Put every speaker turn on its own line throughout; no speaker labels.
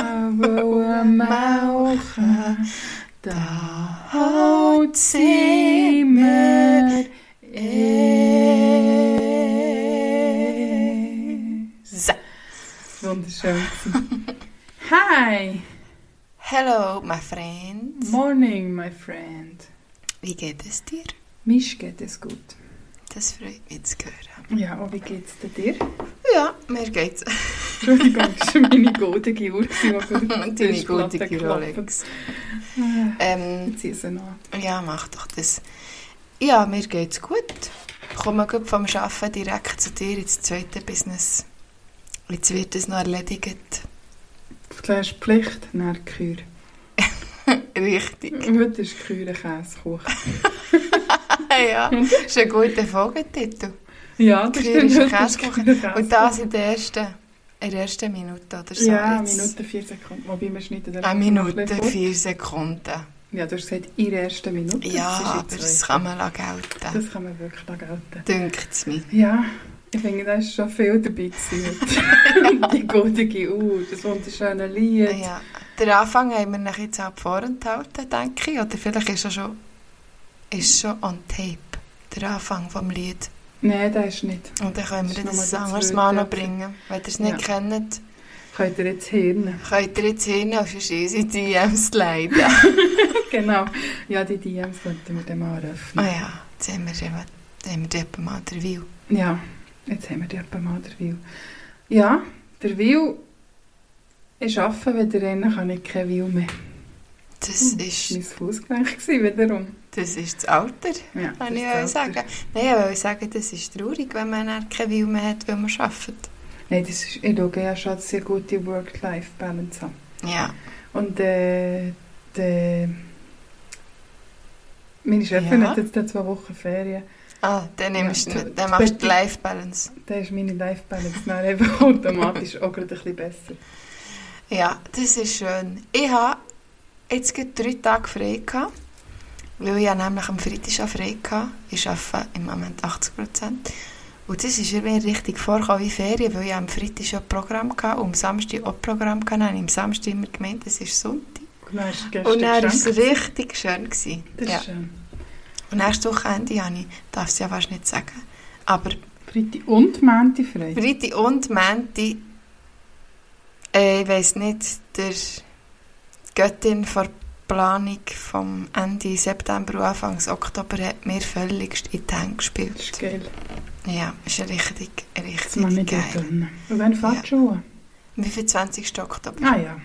Sawa maucha da haut mit es.
Wunderschön. gewesen. Hi,
Hello, my friends.
morning, my friend.
Wie geht es dir?
Misch geht es gut.
Das freut mich zu hören.
Ja, und wie geht's denn dir?
Ja, mir geht's.
Entschuldigung, das war meine goldene Uhr, die auf der
Deine
Tischplatte
gute
geklappt hat.
Rolex.
Ah,
Ähm,
Jetzt zieh sie an.
Ja, mach doch das. Ja, mir geht's gut. Ich komme gut vom Arbeiten direkt zu dir ins zweite Business. Jetzt wird es noch erledigt.
Du hast Pflicht, nach Kür.
Richtig.
Heute ist Kürenkäsekuchen.
ja, ist ein guter Folgetitel.
Ja, das
Kür
stimmt.
ist
heute ist
Käsekuchen.
Kürenkäsekuchen.
Und das in der ersten, in der ersten Minute oder so.
Ja,
Jetzt-
Minute vier Sekunden. Wobei wir schneiden das
Eine
noch ein
Minute,
bisschen
vier Sekunden.
vor. Ja, du hast gesagt, in der ersten Minute.
Ja, aber
das, ist
das
jetzt
kann man gelten.
das kann man wirklich noch gelten.
Dünkt es mir.
Ja, ich finde, da ist schon viel dabei gewesen. die goldene Uhr, das wunderschöne Lied.
Ah, Ja. Den Anfang haben wir noch jetzt auch vorenthalten, denke ich. Oder vielleicht ist er schon, ist schon on tape, der Anfang vom Lied.
Nein, das ist nicht.
Und dann können wir
Das
das
ist nur der
anderes
zweite.
Mal noch bringen. Wenn ihr es nicht kennt,
Könnt ihr jetzt hören.
könnt ihr jetzt hin auf unsere DMs leiden.
genau. Ja, die DMs könnten wir dann mal öffnen.
ah ja, jetzt haben wir, jemand- jetzt haben wir jemanden mal der Will.
Ja, jetzt haben wir jemanden mal, der Will. Ja, der Will ist offen, wenn der Rennen kann ich kein Will mehr.
Das,
Hm.
ist,
Mein Fußgelenk war wiederum.
das ist das Alter,
Ja, das
kann ich
ist
euch
das Alter.
sagen. Nein, ich will sagen, das ist traurig, wenn man dann keinen Will mehr hat, weil man arbeitet.
Nein, das ist, ich schaue ja schon sehr gute Work-Life-Balance an.
Ja,
Und äh, der, meine Chefin
Ja.
hat jetzt da zwei Wochen Ferien.
ah, dann, nimmst
Ja,
du,
du-
dann machst du
du-
die Life-Balance.
Da ist meine Life-Balance dann einfach nou, automatisch auch gerade ein bisschen besser.
Ja, das ist schön. Ich habe jetzt gerade drei Tage frei gehabt, weil ich ja nämlich am Freitag schon frei hatte. Ich arbeite im Moment 80 Prozent. Und das ist mir richtig vorgekommen wie Ferien, weil ich am Freitag schon Programm hatte und am Samstag auch Programm hatte. Dann habe ich am Samstag immer gemeint, es ist Sonntag.
Und dann ist gestern
Und dann war es
geschenkt.
richtig schön. Gewesen.
Das
Ja.
ist schön.
Und nächstes Wochenende habe ich, darf es ja fast nicht sagen, aber
Freitag und Mänti frei.
Freitag und Mänti, äh, ich weiss nicht, der Göttin vor Planung vom Ende September und Anfang Oktober hat mir völligst in die Hände
Das ist
gespielt.
geil.
Ja, ist richtig,
Das mache ich
richtig
nicht
geil.
tun. Und wenn fährt
Ja.
die Schule?
Wie viel 20. Oktober?
eh. Ah ja,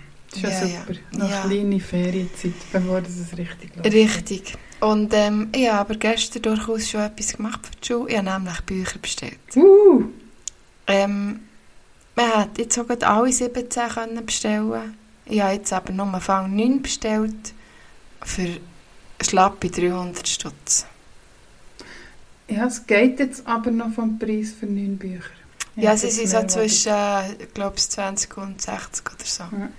das ist ja,
Ja, ja.
super. Noch
Ja.
kleine Ferienzeit, bevor das es dus richtig läuft.
Richtig. Und ähm, ich habe aber gestern durchaus schon etwas gemacht für die Schule. Ich habe nämlich Bücher bestellt.
Uh,
Ähm, man hätte jetzt auch gerade alle 17 können bestellen Ich habe jetzt aber nur Fang 9 bestellt. Für schlappe 300 Stutz.
ja, es geht jetzt aber noch vom Preis für neun Bücher. Ich
Ja,
hab
sie
jetzt
sind
mehr
so
erwartet.
zwischen, äh, glaube ich, 20 und 60 oder so.
Ja.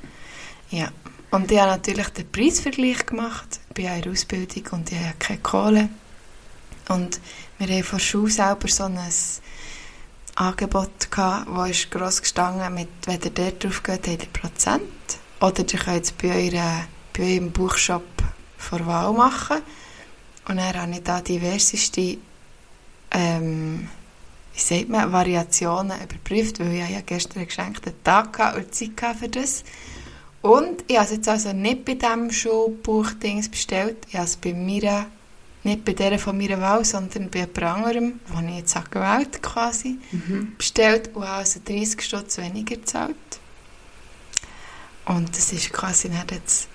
Ja. Und ich habe natürlich den Preisvergleich gemacht. Ich bin ja in der Ausbildung und ich habe ja keine Kohle. Und wir haben von der Schule selber so ein Angebot gehabt, wo ist gross gestanden mit, wenn ihr dort drauf geht, habt ihr Prozent. Oder ihr könnt es bei, eurer, bei eurem Buchshop vor Wahl machen. Und dann habe ich da diverseste ähm, wie sagt man, Variationen überprüft, weil ich ja gestern einen geschenkten Tag hatte und Zeit hatte für das. Und ich habe es jetzt also nicht bei diesem Schulbuchdings bestellt, ich habe es bei mir, nicht bei der von meiner Wahl, sondern bei jemand anderem, den ich jetzt habe gewählt quasi,
Mhm.
bestellt und habe also 30 Stutz weniger gezahlt. Und das ist quasi nicht jetzt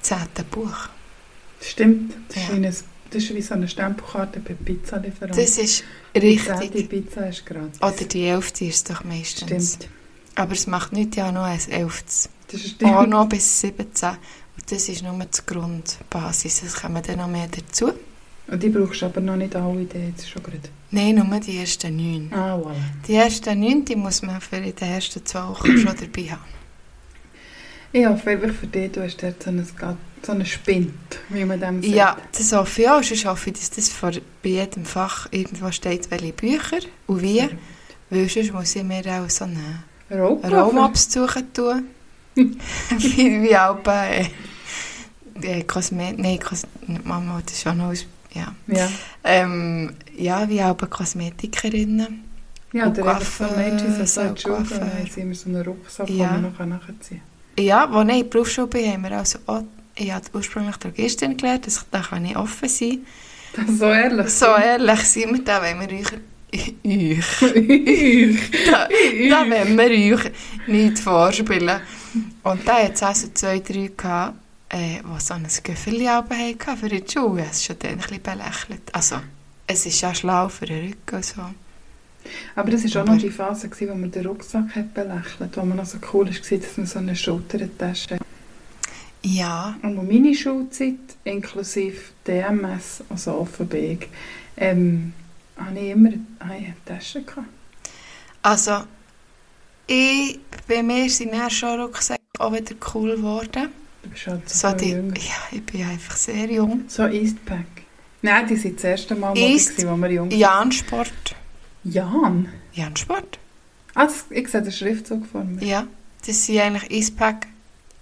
das zehnte Buch.
Stimmt, das,
Ja.
ist wie ein, das ist wie so eine Stempelkarte bei Pizzalieferanten.
Das ist
Die
richtig. Ah,
Pizza ist gratis.
Oder die Elfte ist es doch meistens.
Stimmt.
Aber es macht nicht ja noch ein Elftes.
Das ist
Auch
stimmt.
noch bis 17. Und das ist nur die Grundbasis. Es kommen dann noch mehr dazu.
Und die brauchst du aber noch nicht alle Ideen, jetzt schon gerade.
Nein, nur die ersten neun.
Ah, voilà.
Die ersten neun die muss man für in den ersten zwei Wochen schon dabei haben.
Ich hoffe wirklich für dich, du hast dort so einen, so einen Spind, wie man dem sagt.
Ja, das hoffe ich auch. Sonst hoffe ich, dass das vor, bei jedem Fach irgendwo steht, welche Bücher und wie. Weil sonst muss ich mir auch so einen
Rauch.
Raum absuchen tun. wie, wie auch bei äh, Kosmetik, nein, Kos nicht Mama, das ist auch noch, aus- ja.
Ja,
Ähm, ja, wie auch bei Kosmetikerinnen.
ja
Und
oder einfach so
Coiffeur,
Mädchen, so
so
sagt Schuhe,
Coiffeur.
dann haben sie immer so einen Rucksack, den
Ja.
man noch nachziehen
Ja, wo ich in der Berufsschule bin, haben wir also auch, ich habe ursprünglich Drogistin gelernt, dass ich, da kann ich offen sein.
kann. Das ist so ehrlich.
So ehrlich sind wir, da wenn wir euch, euch
ich.
da, da wollen wir euch nicht vorspielen. Und da hat es also zwei, drei gehabt, äh, die so ein Gefühl hatten für die Schule. Es ist schon dann ein bisschen belächelt. Also, es ist ja schlau für den Rücken und so.
Aber das war auch noch die Phase, gewesen, wo man den Rucksack hat belächelt wo man noch so cool war, dass man so eine Schultertasche hat.
Ja,
Und wo meine Schulzeit, inklusive DMS, also Offenbeg, ähm, hatte ich immer ah, ich hatte eine Tasche. Gehabt.
also, ich, bei mir sind dann schon Rucksäcke auch wieder cool geworden.
Du bist halt so,
So
viel
die,
jünger.
ja, ich bin einfach sehr jung.
So Eastpack. Nein, die sind das erste Mal,
East-
wo wir jung waren.
Jansport.
Jan?
Jansport?
Ah, das, ich sehe den Schriftzug vor mir.
Ja, das sind eigentlich Eispack.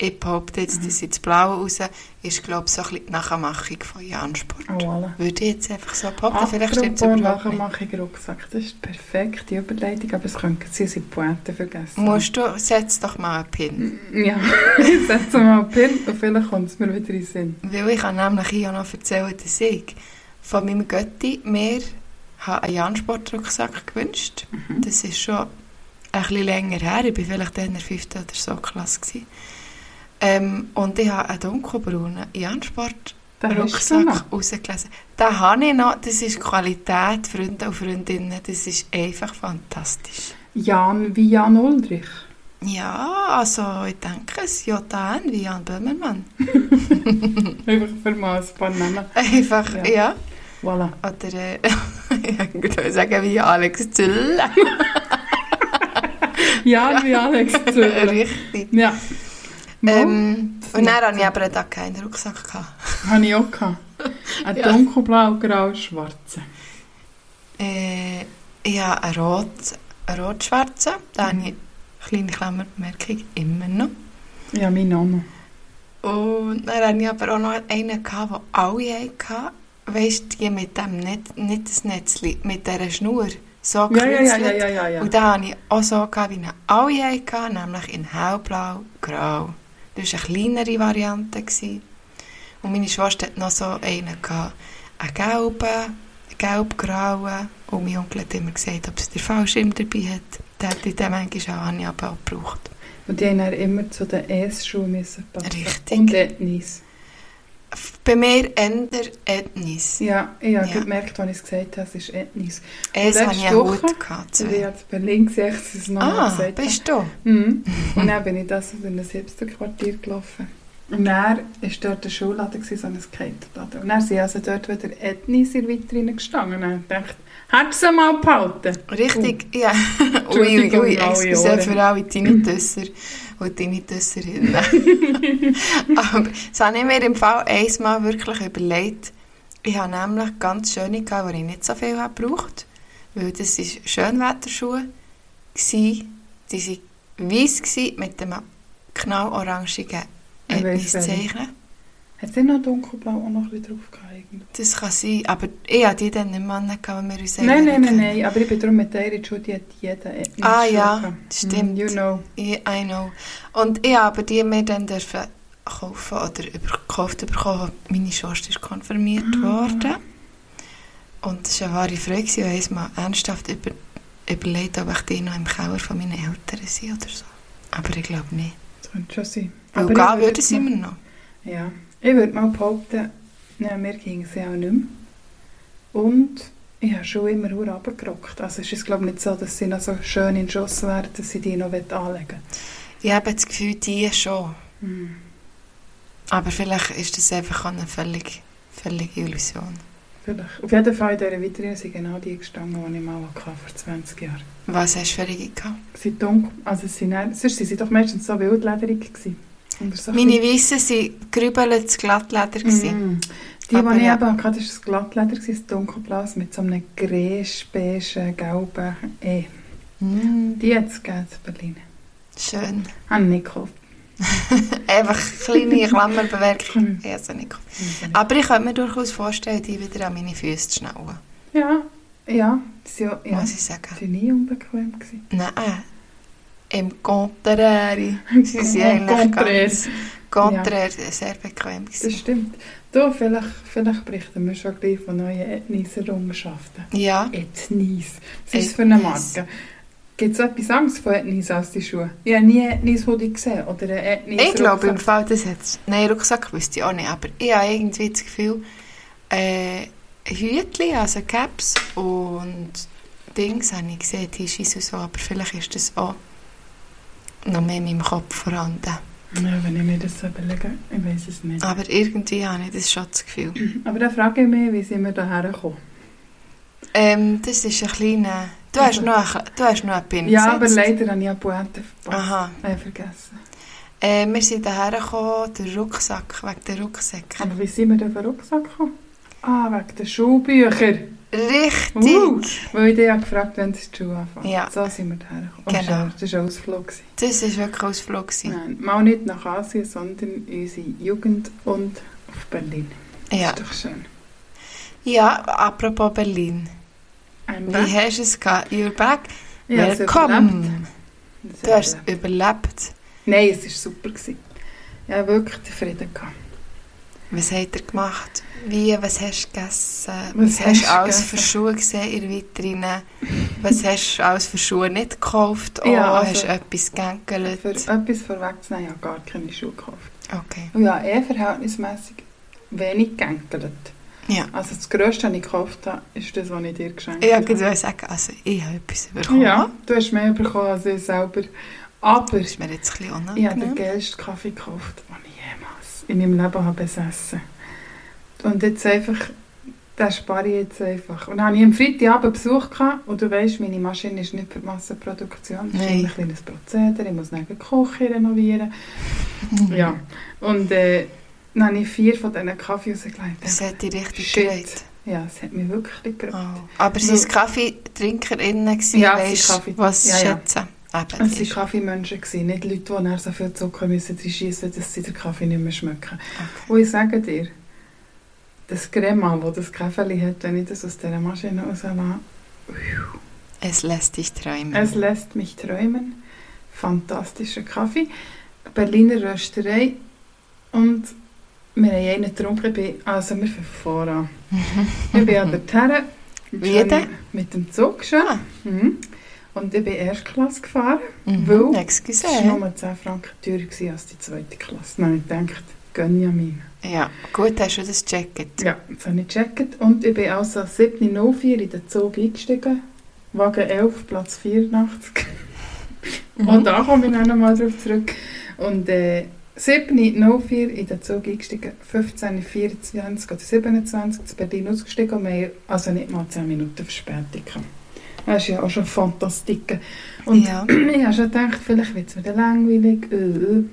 Ich behaupte jetzt, die sind das Blaue raus. Ist, glaube ich, so ein bisschen die Nachmachung von Jansport.
Oh, voilà.
Würde ich jetzt einfach so behaupten, vielleicht stimmt es
Apropos
überhaupt
nachher
nicht.
mache ich Rucksack. Das ist perfekt, die Überleitung, aber es könnte sein, dass ich die Pointe vergessen
Musst du, setz doch mal einen Pin.
Ja, ich setze mal einen Pin und vielleicht kommt es mir wieder in den Sinn.
Weil ich kann nämlich hier auch noch erzählen, dass ich von meinem Götti mir habe einen Jansport-Rucksack gewünscht Das ist schon ein bisschen länger her. Ich war vielleicht dann in der 5. oder so Klasse. gewesen. Ähm, und ich habe einen dunkelbraunen Jansport-Rucksack
Den hast du noch.
rausgelesen. Den habe ich noch. Das ist Qualität, Freunde und Freundinnen. Das ist einfach fantastisch.
Jan wie Jan Ulrich.
Ja, also ich denke es. Jotan wie Jan Böhmermann.
Einfach für mal ein paar Namen.
Einfach,
Ja.
ja.
Voilà.
Oder, äh, ich würde sagen, wie Alex Züll.
Jan wie Alex Zürich.
Richtig.
Ja. Ähm,
Ähm, und dann hatte ich aber da keinen Rucksack. Gehabt.
Habe ich auch gehabt. Ein
Ja.
dunkelblau, grau, schwarze.
Äh, ich habe einen, rot, einen rot-schwarzen. Da
Mhm.
habe ich, kleine Klammerbemerkung, immer noch.
Ja, mein Name.
Und dann hatte ich aber auch noch einen, gehabt, den alle hatten. Weißt du, die mit dem, nicht, nicht das Netzli, mit dieser Schnur. So
Ja, ja, ja,
gekreuzelt.
ja, ja, ja. ja.
Und den hatte ich auch so, gehabt, wie ihn alle hatten, nämlich in Dus hellblau, grau. Das war eine kleinere Variante. gewesen. Und meine Schwester hatte noch so einen, gehabt, einen gelben, einen gelb-grauen. Und mein Onkel hat immer gesagt, ob sie den Fallschirm dabei hat. Den hat ich dann manchmal auch, habe ich aber auch gebraucht.
Und die haben dann immer zu den ES-Schuhen müssen passen.
Richtig.
Und Ethnies.
Bei mir änder Ethnis.
Ja, ich habe
Ja.
gemerkt, als ich es gesagt habe, es ist Ethnies.
Es
letzte
hatte ich auch
Woche-
gut. Gehabt,
Und ich
zwei.
habe es Berlin gesehen, dass sie es noch mal
Ah,
gesagt haben.
bist du?
Mhm. Und dann bin ich das in ein Hipster-Quartier gelaufen. Und dann war dort ein Schuhladen, gewesen, so ein Skaterladen. Und dann sind also dort wieder Ethnies in der Vitrine gestanden. Und ich dachte, hättest du sie mal behalten?
Richtig, ja. Ui, ui,
Entschuldigung,
ui,
alle
excuse
Ohren.
für alle Tinnitusser und Tinnituserinnen. nou. Aber das habe ich mir im Fall einmal wirklich überlegt. Ich habe nämlich ganz schöne gehabt, die ich nicht so viel habe gebraucht weil das waren Schönwetterschuhe. gsi. Die waren weiss gsi mit einem knallorangigen
Ich weiss
Zeichen.
Hat sie noch dunkelblau auch noch ein bisschen drauf gehabt? irgendwie?
Das kann sein, aber ich hatte die dann nicht mehr angehabt, weil wir uns
Nein, nein, nein,
kennen.
nein. Aber ich bin darum mit der in die Schule, die hat jeder Ethnies
Ah, ja, stimmt.
Mm, You know.
Ja, Eh, I know. Und ich habe die mir dann dürfen kaufen oder über, gekauft bekommen. Meine Schwester ist konfirmiert
Ah.
worden. Und es war eine wahre Freude. gewesen. Ich habe uns mal ernsthaft über, überlegt, ob ich die noch im Keller von meinen Eltern sind oder so. Aber ich glaube nicht.
Das könnte schon sein.
Weil
Aber ich
gehen
würde
würden sie
mal-
immer noch.
Ja, ich würde mal behaupten, nein, mir ging es ja auch nicht mehr. Und ich habe schon immer sehr runtergerockt. Also es ist glaube ich nicht so, dass sie noch so schön in den Schuss werden, dass ich die noch anlegen
Ich habe das Gefühl, die schon. Mhm.
will.
Aber vielleicht ist das einfach auch eine völlig, völlige Illusion.
Vielleicht. Auf jeden Fall in dieser Vitrine sind genau die gestanden, die ich mal hatte vor 20 Jahren.
Was hast du für eine gehabt?
Sie sind dunkel, also sie sind dann, sonst sind sie doch meistens so wildlederig gewesen. Und so
Meine Weissen waren grübelnd glattleder. gewesen.
Mm. Die,
Aber
die ich
ja.
eben hatte, das war ein Glattleder, ein dunkelblaues mit so einem gräsch beigen gelben E.
Mm.
Mhm. Die hat es gegeben in Berlin.
Mhm. Schön.
Habe ich nicht gekauft.
Einfach kleine Klammerbewerkung. Ich habe sie nicht gekauft. Aber ich könnte mir durchaus vorstellen, die wieder an meine Füße zu schnallen.
Ja, ja, sie ja, ja.
Muss ich sagen.
sie waren nie unbequem. Gewesen.
Nein. Im Contrari. Sie sind eigentlich
Mhm. Contraire.
ganz konträr sehr bequem.
Das
gewesen.
stimmt. Du, vielleicht, vielleicht berichten wir schon gleich von neuen Ethnies-Errungenschaften.
Ja.
Ethnies. Was ist das für eine
Ethnies.
Marke? Gibt es etwas anderes von Ethnies als die Schuhe? Ich habe nie Ethnies-Hoodie gesehen oder einen Ethnies
Ich glaube im Fall, das hat's. Nein, Rucksack wüsste ich auch nicht, aber ich habe irgendwie das Gefühl, äh, Hütli, also Caps und Dings habe ich gesehen, T-Shirts und so, aber vielleicht ist das auch noch mehr in meinem Kopf vorhanden.
Ja, wenn ich mir das so überlege, ich weiß es nicht.
Aber irgendwie habe ich das schon das Gefühl.
Aber dann frage ich mich, wie sind wir hierher gekommen?
Ähm, das ist ein kleiner... Du hast noch einen, du hast noch einen Pin
Ja, aber
gesetzt.
leider habe ich eine Pointe verpasst.
Aha.
Äh, vergessen.
Äh, wir sind hierher gekommen, der Rucksack, wegen der Rucksäcke.
Aber wie sind wir denn auf den Rucksack gekommen? Ah, wegen der Schulbücher.
Richtig!
Uh, weil ich dich ja gefragt habe, wenn das die Schuhe anfangen.
Ja.
So sind wir hergekommen. Oh,
Genau.
Das war ein Ausflug. gewesen.
Das war wirklich ein Ausflug. gewesen.
Nein, mal nicht nach Asien, sondern unsere Jugend und auf Berlin.
Ja.
Das ist doch schön.
Ja, apropos Berlin.
Ein
Wie
Weg.
hast du es gehabt? You're back?
Ich habe es
Willkommen!
überlebt.
Du hast es überlebt.
Nein, es war super. gewesen. Ich hatte wirklich zufrieden. gehabt.
Was habt ihr gemacht? Wie, was hast du gegessen?
Was
Was, hast
hast
du
du
alles
gegessen?
für Schuhe gesehen in der Vitrine? Was hast du alles für Schuhe nicht gekauft? Oh,
Ja, also-
hast du etwas gegengelt?
Für etwas vorwegzunehmen, ich habe gar keine Schuhe gekauft.
Okay.
Und ja, eh verhältnismäßig wenig gegänkelt.
Ja.
Also das Grösste, was ich gekauft habe, ist das, was ich dir geschenkt
Ich
habe.
wollte sagen, also ich habe etwas bekommen.
Ja, du hast mehr bekommen als ich selber. Aber
Das ist mir jetzt ein bisschen
ich habe den
unangenehm.
geilsten Kaffee gekauft, den ich jemals in meinem Leben habe besessen Und jetzt einfach, den spare ich jetzt einfach. Und dann hatte ich am Freitagabend Besuch gehabt, und du weißt, meine Maschine ist nicht für die Massenproduktion. Das ist
Nein.
immer ein kleines Prozedere, ich muss dann die Küche renovieren.
Mhm.
Ja, und äh, dann habe ich vier von diesen Kaffee
Das
rausgelegt.
hat dich richtig
Shit.
gereiht.
Ja, es hat mich wirklich gerührt.
Oh. Aber sie waren Kaffeetrinkerinnen, gewesen,
Ja, sie
weisst
Kaffee-
was
Ja, ja.
schätzen. Eben,
Es
das
waren
ist-
Kaffeemenschen, gewesen, nicht Leute, die nachher so viel Zucker müssen reinschiessen müssen, dass sie den Kaffee nicht mehr schmecken.
okay.
Und ich sage dir, das Crema, das das Käferli hat, wenn ich das aus dieser Maschine rauslasse,
Es lässt dich träumen.
es lässt mich träumen. Fantastischer Kaffee. Berliner Rösterei. Und wir haben einen getrunken, ich bin- also wir fangen voran. Ich bin an der Terre.
Wie jeder?
Mit dem Zug schon.
Ah.
Mhm. Und ich bin Erstklasse gefahren.
Mhm,
Weil-
excuse.
Es war nur 10 Franken teurer gewesen als die zweite Klasse. Dann habe ich gedacht, gönn ja mir.
Ja, gut, hast du das gecheckt.
Ja, das habe ich gecheckt. Und ich bin also 7.04 in den Zug eingestiegen. Wagen 11, Platz 84. Und da komme ich dann nochmal drauf zurück. Und äh, 7.04 in den Zug eingestiegen, 15.24 oder 27 zu Berlin ausgestiegen und wir haben also nicht mal 10 Minuten Verspätung gehabt. Das ist ja auch schon fantastisch. Und
ja,
ich habe schon gedacht, vielleicht wird es wieder langweilig. Äh, äh.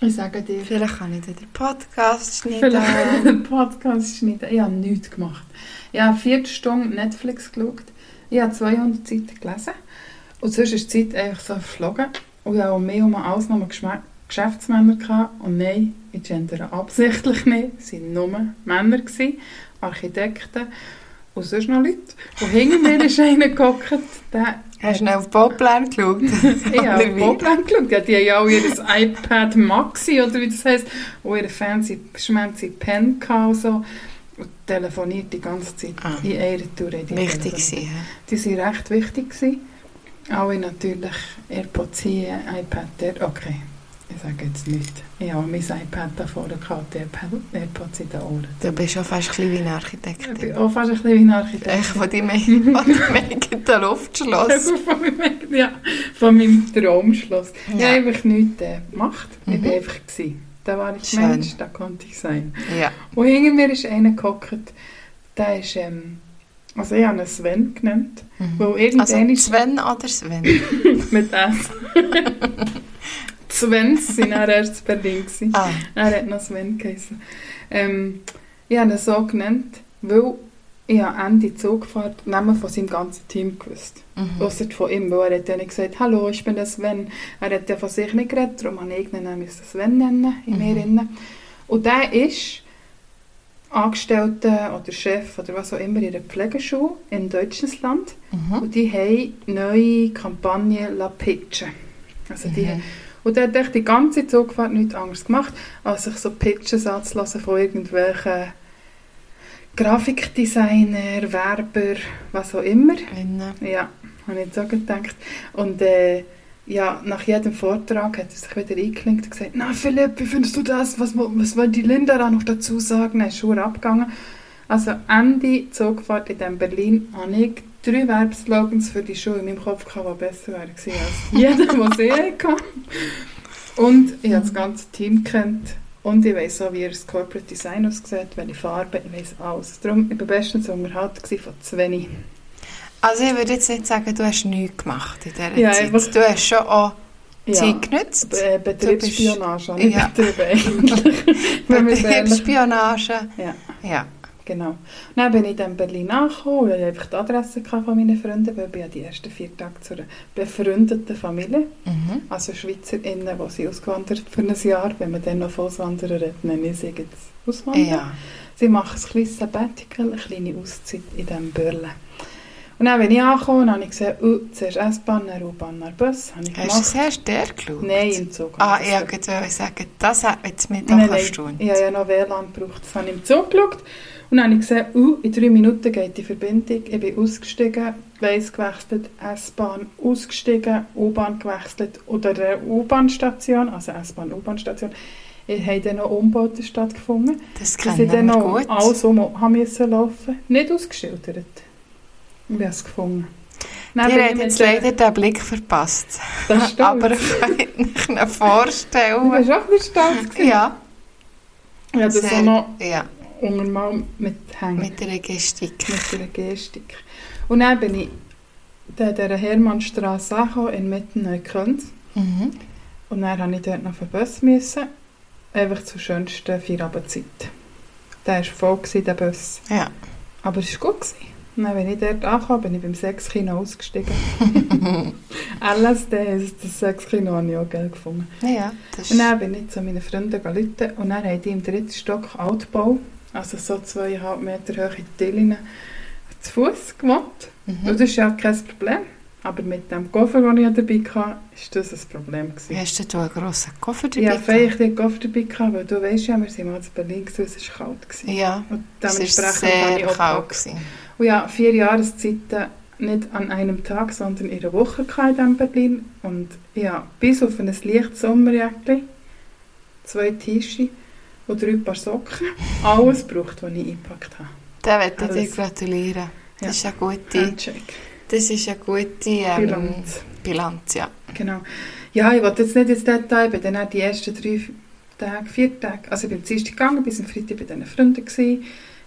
Ich sage dir,
vielleicht kann ich dir den Podcast eh,
Vielleicht
schneiden.
den Podcast schneiden. Ich habe nichts gemacht. Ich habe vier Stunden Netflix geschaut. Ich habe 200 Seiten gelesen. Und sonst ist die Zeit einfach so verflogen. Und ich habe mehr um alles nur Geschma- Geschäftsmänner gehabt. Und nein, ich gendere absichtlich nicht. Es waren nur Männer, gewesen, Architekten und sonst noch Leute. Und hinter mir ist einer gehockt, der
Hast du noch auf Bauplan geschaut?
ich habe
Oder wie?
Bobland geschaut. Ja, die haben ja auch ihr iPad Maxi oder wie das heisst. Und ihren fancy, schmancy Pen gehabt und so. Und telefoniert die ganze Zeit.
Ah.
In einer Tour haben die
Wichtig
telefoniert.
sein. hä?
Die waren recht wichtig. Gewesen. Alle natürlich AirPods hier, iPad der. Okay, ich sage jetzt nicht. Ich habe mein iPad da vorne gehabt, die iPad- AirPods in den Ohren.
Du bist schon fast ein bisschen wie ein
Ich bin
Architektin.
auch fast ein bisschen wie ein Architekt.
Ich von deinem eigenen Luftschloss.
Von meinem- ja, von meinem Traumschloss. Ja,
Ja.
ich habe einfach nichts äh, gemacht. Ich
Mhm.
bin einfach gsi. Da war ich
Schön.
Mensch, da konnte ich sein.
Ja.
Und hinter mir ist einer gehockt, der ist, ähm, also ich habe ihn Sven genannt,
Mhm.
weil irgendeiner
Also
ist
Sven oder Sven?
mit S. Svens sind dann erst in Berlin gewesen.
Ah,
Er hat noch Sven geheißen. Ähm, ich habe ihn so genannt, weil Ich habe Ende Zugfahrt Namen von seinem ganzen Team gewusst.
Mhm.
Ausser von ihm, weil er hat ja nicht gesagt, hallo, ich bin der Sven. Er hat ja von sich nicht geredet, darum habe ich ihn dann müssen Sven nennen, in
Mhm.
mir innen. Und der ist Angestellter oder Chef oder was auch immer in einer Pflegeschule in Deutschland.
Mhm.
Und die haben neue Kampagne «La Pitchen». Also die
Mhm.
und der hat echt die ganze Zugfahrt nichts anderes gemacht, als sich so Pitches anzulassen von irgendwelchen Grafikdesigner, Werber, was auch immer.
Innen.
Ja, habe ich jetzt auch gedacht. Und äh, ja, nach jedem Vortrag hat er sich wieder eingeklinkt und gesagt, na Philipp, wie findest du das? Was, mo- was will die Linda da noch dazu sagen? Dann ist schon abgegangen. Also Ende Zugfahrt in dem Berlin habe ich drei Werbslogans für die Schule in meinem Kopf gehabt, die besser wären gewesen als jeder, was ich hatte. Und ich habe das ganze Team kennt und ich weiss auch, wie ihr das Corporate Design aussieht, welche Farben, ich weiss alles. Darum, ich war bestens unterhalten gewesen von Sveni.
Also ich würde jetzt nicht sagen, du hast nichts gemacht in dieser
Ja,
Zeit.
einfach-
Du hast schon auch Zeit genutzt.
Be- äh, Betriebsspionage, nicht
Ja.
Betrieb eigentlich. Wenn wir es ehrlich-
Betriebsspionage.
Ja.
Ja.
Genau. Und Dann bin ich dann in Berlin angekommen, weil ich einfach die Adresse hatte von meinen Freunden, weil ich bin ja die ersten vier Tage zu einer befreundeten Familie,
Mhm.
also SchweizerInnen, die sind ausgewandert für ein Jahr, wenn man dann noch von Auswanderer redet, nenne ich sie jetzt Auswanderer.
ja.
Sie machen ein kleines Sabbatical, eine kleine Auszeit in diesem Börle. Und dann bin ich angekommen, habe ich gesehen, uh, zuerst S-Bahn, dann U-Bahn, dann Bus, habe ich
Hast du
gemacht.
das erst der geschaut?
Nein, im Zug.
Ah,
habe ich
ich
das
wollte gerade sagen, das hat jetzt mit
Nein,
nein,
nein.
nein.
Ich habe ja noch WLAN gebraucht. Das habe ich im Zug geschaut. Und dann habe ich gesehen, uh, in drei Minuten geht die Verbindung. Ich bin ausgestiegen, Gleis gewechselt, S-Bahn ausgestiegen, U-Bahn gewechselt oder der U-Bahn-Station, also S-Bahn-U-Bahn-Station. Ich habe dann noch Umbauten stattgefunden.
Das
Dass ich
kennen
dann
wir
noch
gut.
alles um haben müssen laufen. Nicht ausgeschildert. Ich habe es gefunden. Dann
Ihr
bin ich
habt
mit
jetzt
der-
leider den Blick verpasst.
Das stimmt.
Aber ich kann mich nicht
Du
vorstellen.
warst auch wieder stolz. gewesen.
Ja,
Ich habe das
sehr-
auch noch
ja,
unter mal mit Hängen.
mit der Gestik.
mit einer Gestik. Und dann bin ich an dieser Hermannstraße angekommen, inmitten Neukölln.
Mhm.
Und dann musste ich dort noch auf den Bus. Müssen, einfach zur schönsten Feierabendzeit. Der war voll, gewesen, der Bus.
Ja.
Aber es war gut. Gewesen. Und dann, wenn ich dort ankam, bin ich beim Sexkino ausgestiegen. LSD ist das Sexkino, habe ich auch geil gefunden.
ja, das
Und
ist
dann bin ich zu meinen Freunden gerufen und dann haben die im dritten Stock Altbau, also so zweieinhalb Meter hohe Tillinnen, zu Fuß gewohnt. Und
mhm.
das ist ja kein Problem. Aber mit dem Koffer, den ich dabei hatte, war das ein Problem. Gewesen.
Hast du einen grossen Koffer dabei?
Ich hatte
gehabt?
vielleicht den Koffer dabei, gehabt, weil du weißt ja, wir sind mal zu Berlin, gewesen, es war kalt. Gewesen.
Ja,
Und
es war
habe
sehr
ich auch
kalt.
gepackt.
gewesen.
Und ja, vier Jahreszeiten nicht an einem Tag, sondern in einer Woche gehabt in diesem Berlin. Und ja, bis auf ein leichtes Sommerjäckchen, zwei T-Shirts und drei Paar Socken, alles gebraucht, was ich eingepackt habe.
Da möchte ich
Alles.
dir gratulieren. Das
Ja.
ist eine gute,
Handcheck,
das ist eine gute ähm,
Bilanz.
Bilanz, ja.
Genau. Ja, ich wollte jetzt nicht ins Detail, ich bin dann auch die ersten drei Tage, vier Tage, also ich bin am Dienstag gegangen, bis am Freitag bei diesen Freunden gewesen.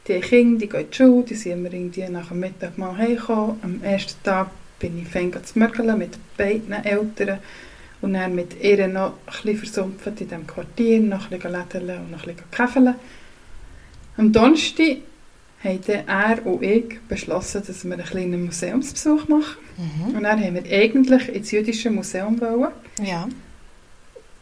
Die haben Kinder, die gehen in die Schule, die sind immer irgendwie nach dem Mittag mal heimgekommen. Am ersten Tag bin ich fäng zu mörgeln mit beiden Eltern und dann mit ihr noch ein bisschen versumpft in diesem Quartier, noch ein bisschen lädeln und noch ein bisschen käfeln. Am Donnerstag haben dann er und ich beschlossen, dass wir einen kleinen Museumsbesuch machen.
Mhm.
Und dann haben wir eigentlich ins jüdische Museum wollen.
Ja,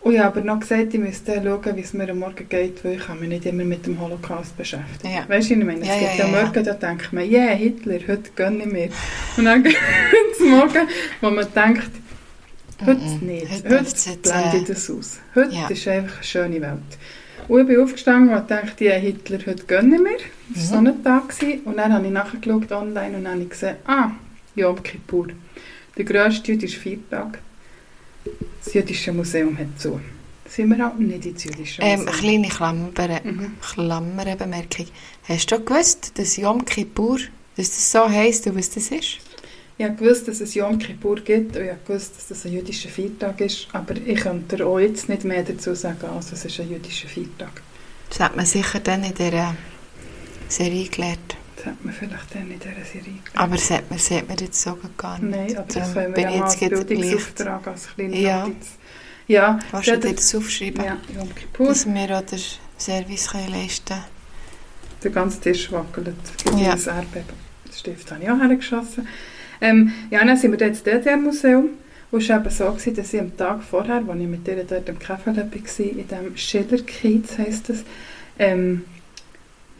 Und ich habe aber noch gesagt, ich müsste schauen, wie es mir am Morgen geht, weil ich kann mich nicht immer mit dem Holocaust beschäftigen.
Ja.
Weißt du, ich meine, es
Ja,
gibt
ja,
am
ja, ja.
Morgen, da denkt man, yeah, Hitler, heute gönne ich mir. Und dann gibt es Morgen, wo man denkt, heute
Mhm.
nicht,
Heute
heute,
dürft's jetzt,
blende ich
äh,
das aus. Heute
ja.
ist einfach eine schöne Welt. Und ich bin aufgestanden und dachte, yeah, Hitler, heute gönne ich mir. Das war
Mhm.
so ein Tag. gewesen. Und dann habe ich nachgeschaut online und dann habe ich gesehen, ah, Yom Kippur. Der grösste jüdische Feiertag. Das jüdische Museum hat zu. Sind wir halt nicht ins jüdische
ähm,
Museum.
kleine Klammer, äh,
mhm.
Klammerbemerkung. Hast du gewusst, dass Yom Kippur, dass das so heisst und was das ist?
Ich habe gewusst, dass es Yom Kippur gibt und ich habe gewusst, dass es ein jüdischer Feiertag ist. Aber ich könnte dir auch jetzt nicht mehr dazu sagen, als es ist ein jüdischer Feiertag.
Das hat man sicher dann in dieser Serie gelernt.
Das hat man vielleicht dann in dieser Serie
Aber das hat man, das hat man jetzt so gar nicht.
Nein, aber das
Darum
können wir
bin
ja
ich
mal als
jetzt gerade gleich.
Bildungsauftrag, als kleine
Ja.
Notiz. Ja,
Willst du
das-
dir das aufschreiben?
ja, Yom Kippur.
Dass wir auch den Service können leisten
Der ganze Tisch wackelt.
Ja.
Ja. Das Erdbeben. Den Stift habe ich auch hergeschossen. Ähm, ja, dann sind wir dort ins DDR-Museum. Und es war eben so, gewesen, dass ich am Tag vorher, als ich mit ihr dort im Käferl war, in dem Schillerkiez heisst das, ähm,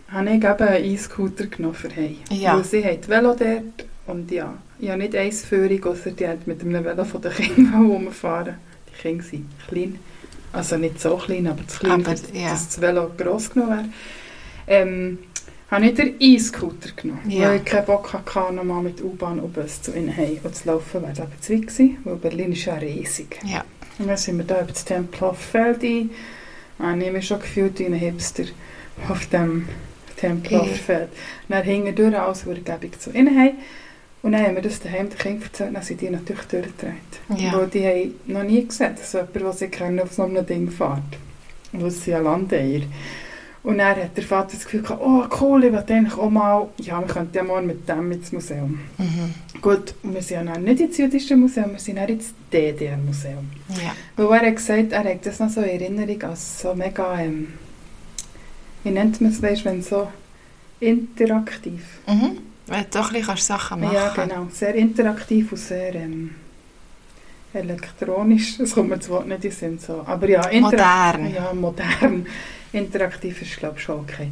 habe ich eben einen E-Scooter genommen für heim.
Ja.
Weil sie hat Velo dort und ja, ich habe nicht eine Führung, ausser die hat mit einem Velo von den Kindern herumfahren. Die Kinder sind klein. Also nicht so klein, aber zu klein,
Aber,
für-
ja.
dass das Velo gross genug wäre. Ähm, habe ich den E-Scooter genommen,
Ja.
weil ich keinen Bock hatte, nochmal mit U-Bahn und Bus zu ihnen heim. Und zu laufen wäre eben zu weit gewesen, weil Berlin ist ja riesig.
Ja.
Und dann sind wir da über das Tempelhoffeld ein. Dann habe ich mich schon gefühlt wie ein Hipster auf dem Tempelhoffeld. Dann hingen wir durch alles Urgebung zu ihnen heim. Und dann haben wir das daheim den Kindern erzählt, dann sind die natürlich durchgedreht.
Ja.
Weil die haben noch nie gesehen, dass jemand, den sie kennen, auf so einem Ding fährt. Weil sie ja Landeier. Und dann hat der Vater das Gefühl gehabt, oh cool, ich will eigentlich auch mal, ja, wir könnten ja mal mit dem ins Museum.
Mhm.
Gut, und wir sind ja dann nicht ins jüdische Museum, wir sind dann ins DDR-Museum.
Ja.
Weil er hat gesagt, er hat das noch so in Erinnerung als so mega, ähm, wie nennt man es, weißt, wenn so interaktiv.
Mhm. Weil du doch ein bisschen Sachen machen
Ja, genau, sehr interaktiv und sehr ähm, elektronisch. Es kommt mir das Wort nicht in den Sinn. So. Aber ja, interaktiv.
Modern.
Ja, modern. Interaktiv ist, glaube ich, schon okay.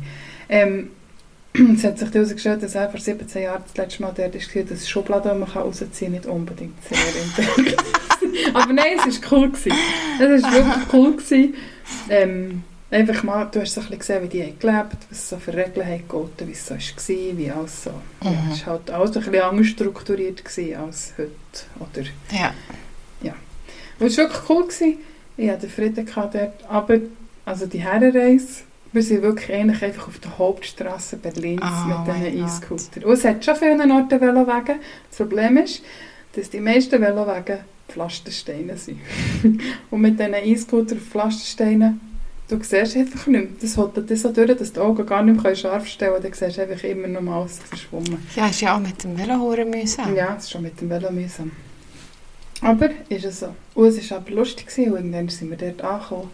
Ähm, es hat sich herausgestellt, dass er vor 17 Jahren das letzte Mal dort war, dass Schubladen, die man kann rausziehen kann, nicht unbedingt sehr interaktiv sind. Aber nein, es war cool. Gewesen. Es war wirklich cool. Gewesen. Ähm, einfach mal, du hast so ein bisschen gesehen, wie die haben gelebt was es so für Regeln haben gegolten, wie es so war, wie alles so. Ja,
Mhm.
es war halt alles ein bisschen anders strukturiert gewesen als heute. Oder
Ja.
und es war wirklich cool. Gewesen. Ich hatte Frieden gehabt dort. Aber also die Herrenreise, wir sind wirklich eigentlich einfach auf der Hauptstraße Berlins
Oh
mit
mein
diesen
Gott.
E-Scootern. Und es hat schon viele Orten Velowagen. Das Problem ist, dass die meisten Velowagen Pflastersteine sind. Und mit diesen E-Scootern auf Pflastersteinen, du siehst einfach nicht mehr. Das holt dich so durch, dass die Augen gar nicht mehr scharf stellen können. Dann siehst du einfach immer noch mal alles verschwommen.
Ja, ist ja auch mit dem Velo horen müssen.
Ja, es ist schon mit dem Velo mühsam. Aber ist es so. Und es war aber lustig, gewesen, und irgendwann sind wir dort angekommen.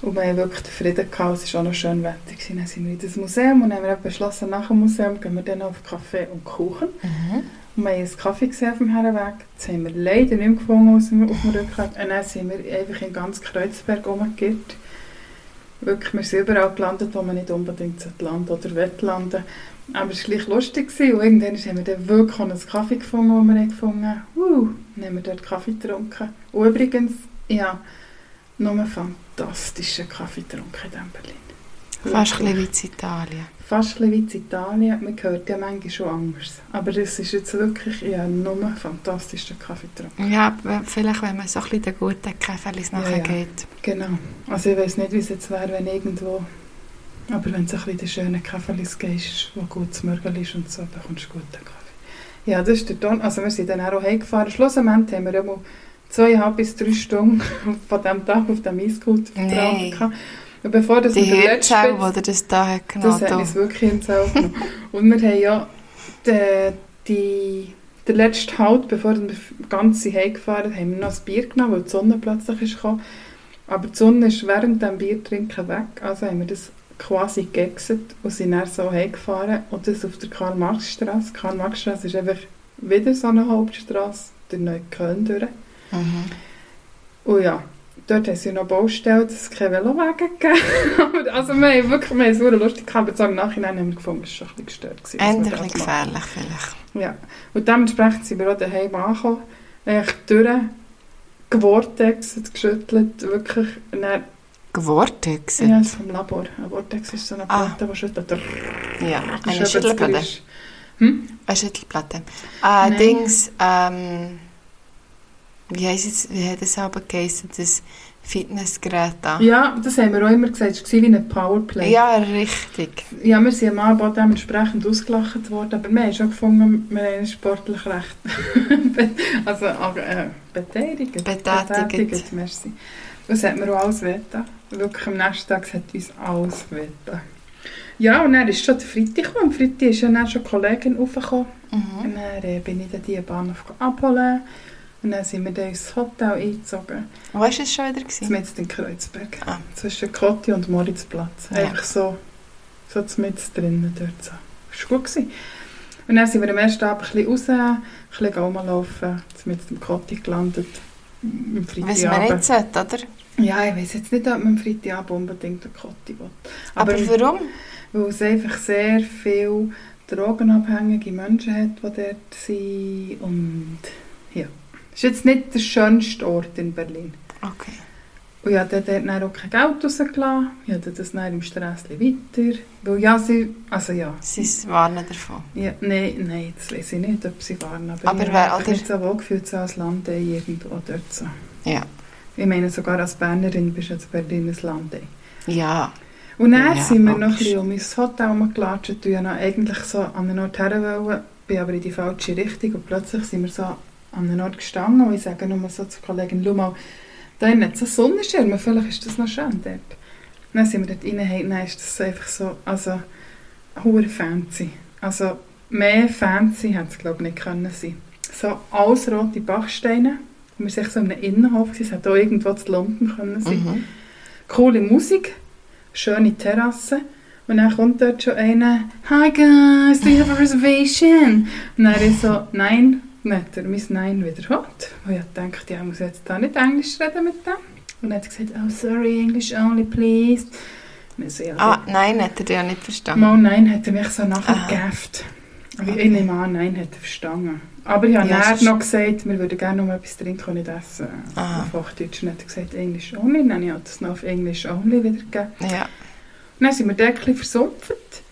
Und wir haben wirklich den Frieden gehabt, es war auch noch schön Wetter. Gewesen. Dann sind wir in das Museum und haben wir eben beschlossen, nach dem Museum gehen wir dann auf Kaffee und Kuchen.
Mhm.
Und wir haben einen Kaffee gesehen auf dem Herrenweg. Das haben wir leider nicht mehr gefunden, als wir auf dem Rückweg. Und dann sind wir einfach in ganz Kreuzberg rumgeirrt. Wirklich, wir sind überall gelandet, wo man nicht unbedingt sollte landen oder will landen. Aber es war gleich lustig. gewesen. Und irgendwann haben wir dann wirklich auch einen Kaffee gefunden, den wir haben gefunden haben. Uh, dann haben wir dort Kaffee getrunken. Und übrigens, ja, nur einen fantastischen Kaffee getrunken in diesem Berlin.
Fast ein bisschen wie in Italien.
Fast ein bisschen wie in Italien, man hört ja manchmal schon anders. Aber das ist jetzt wirklich, ich habe nur einen fantastischen Kaffee getrunken.
Ja, w- vielleicht, wenn man so ein bisschen den guten Käferlis
Ja,
nachher
ja.
geht.
Genau. Also ich weiß nicht, wie es jetzt wäre, wenn irgendwo... Aber wenn du ein bisschen in die schönen Kaffees gehst, wo gut zu mögen ist und so, bekommst du guten Kaffee. Ja, das ist der Ton. Also wir sind dann auch heimgefahren. Schlussendlich haben wir ja mal zweieinhalb bis drei Stunden von diesem Tag auf dem Eisgut
Nein.
verbracht. Und bevor das
Die
mit der letzten
Hirnschau, die dir das da hat
Das
genommen
hat
Genau, da.
uns wirklich ins Auge genommen. Und wir haben ja den, die, den letzten Halt, bevor wir ganz heimgefahren haben, wir noch ein Bier genommen, weil die Sonne plötzlich ist gekommen. Aber die Sonne ist während dem Biertrinken weg, also haben wir das quasi gegexet und sind dann so heimgefahren. Und das auf der Karl-Marx-Straße. Karl-Marx-Straße ist einfach wieder so eine Hauptstraße, durch Neukölln durch.
Mhm.
Oh ja, dort haben sie noch Baustellen, dass es keine Velowagen gegeben Aber Also wir haben wirklich wir haben es sehr lustig gehabt, aber so im Nachhinein haben wir gefunden, es war schon ein bisschen gestört. gewesen, dass wir
Ändert
das
nicht
machen.
gefährlich vielleicht.
Ja, und dementsprechend sind wir auch daheim angekommen, eigentlich durch Vortex geschüttelt, wirklich, nein,
Geworden
ja,
gewesen.
das ist vom Labor. Ein Vortex ist so eine
Ah.
Platte, die schüttelt.
Ja,
Das
eine
ist eben das
Schüttelplatte.
Geräusch.
Eine Schüttelplatte. Äh,
Nein.
Dings, ähm, wie heisst es, wie hat es aber geheissen, das Fitnessgerät da?
Ja, das haben wir auch immer gesagt, es war wie ein Powerplay.
Ah. Ja, richtig.
Ja, wir sind am Abend auch dementsprechend ausgelacht worden, aber wir haben schon gefunden, wir haben uns sportlich recht be- also, äh, betätigt.
Betätigt.
merci. Das hat mir auch alles wehgetan. Wirklich, am nächsten Tag hat uns alles wehgetan. Ja, und dann ist schon der Freitag gekommen. Am Freitag ist ja dann schon die Kollegin raufgekommen.
Mhm.
Und dann äh, bin ich dann die Bahnhof abholen. Und dann sind wir dann ins Hotel eingezogen.
Wo war es schon wieder?
Das
Gewesen?
war jetzt in Kreuzberg.
Ah.
Zwischen Kotti und Moritzplatz.
Ja.
Einfach so So mit drinnen dort so. Das war gut. Gewesen. Und dann sind wir am ersten Abend ein bisschen raus, ein bisschen Gauma laufen, sind mit dem Kotti gelandet. Am
Was man
Freitagabend.
nicht sollte, oder?
Ja, ich weiß jetzt nicht, ob man am Freitagabend unbedingt den Kotti will.
Aber, warum?
weil es einfach sehr viele drogenabhängige Menschen hat, die dort sind. Und ja, ist jetzt nicht der schönste Ort in Berlin.
Okay.
Und ich habe dort dann auch kein Geld rausgelassen. Ich hatte das dann im Stress weiter. Weil ja, sie... Also ja.
Sie warnen davon.
ja nein, nein, jetzt lese ich nicht, ob sie waren. Aber,
Aber
ich
wer-
habe mich
oder-
nicht so wohl gefühlt so als Landei irgendwo dort so.
Ja.
Ich meine, sogar als Bernerin bist du jetzt Berlin ein Landei.
Ja.
Und dann
Ja,
sind wir noch ein
logisch.
bisschen um mein Hotel rumgelatscht und ich noch eigentlich so an einen Ort her wollen, bin aber in die falsche Richtung und plötzlich sind wir so an einen Ort gestanden und ich sage nur so zur Kollegin, schau mal, da hat so Sonnenschirme, vielleicht ist das noch schön dort. Und dann sind wir dort rein und dann ist das so einfach so, also, hure fancy. Also, mehr fancy hätte es glaube ich nicht können sein. So alles rote Bachsteine. Und wir waren so in einem Innenhof, gewesen. es hätte auch irgendwo zu London können sein
Mhm.
coole Musik, schöne Terrasse. Und dann kommt dort schon einer, Hi guys, do you have a reservation? Und dann ich so, nein, dann hat er mein Nein wiederholt. Und ich dachte, ja, ich muss jetzt da nicht Englisch reden mit dem. Und dann hat er gesagt, oh sorry, English only please. Und ich so, ja,
Ah, nein, hat er dich ja nicht verstanden.
mal Nein hat er mich so nachher
Ah.
gegäfft. Aber
Okay.
Ich nehme an, Nein hat er verstanden. Aber ich habe
Ja,
ja,
sonst-
noch gesagt, wir würden gerne noch etwas trinken und nicht essen.
Ah.
Auf Hochdeutsch. Und dann hat er gesagt, English only. Dann habe ich das noch auf English only wiedergegeben.
Ja.
Und Dann sind wir dort ein bisschen versumpft.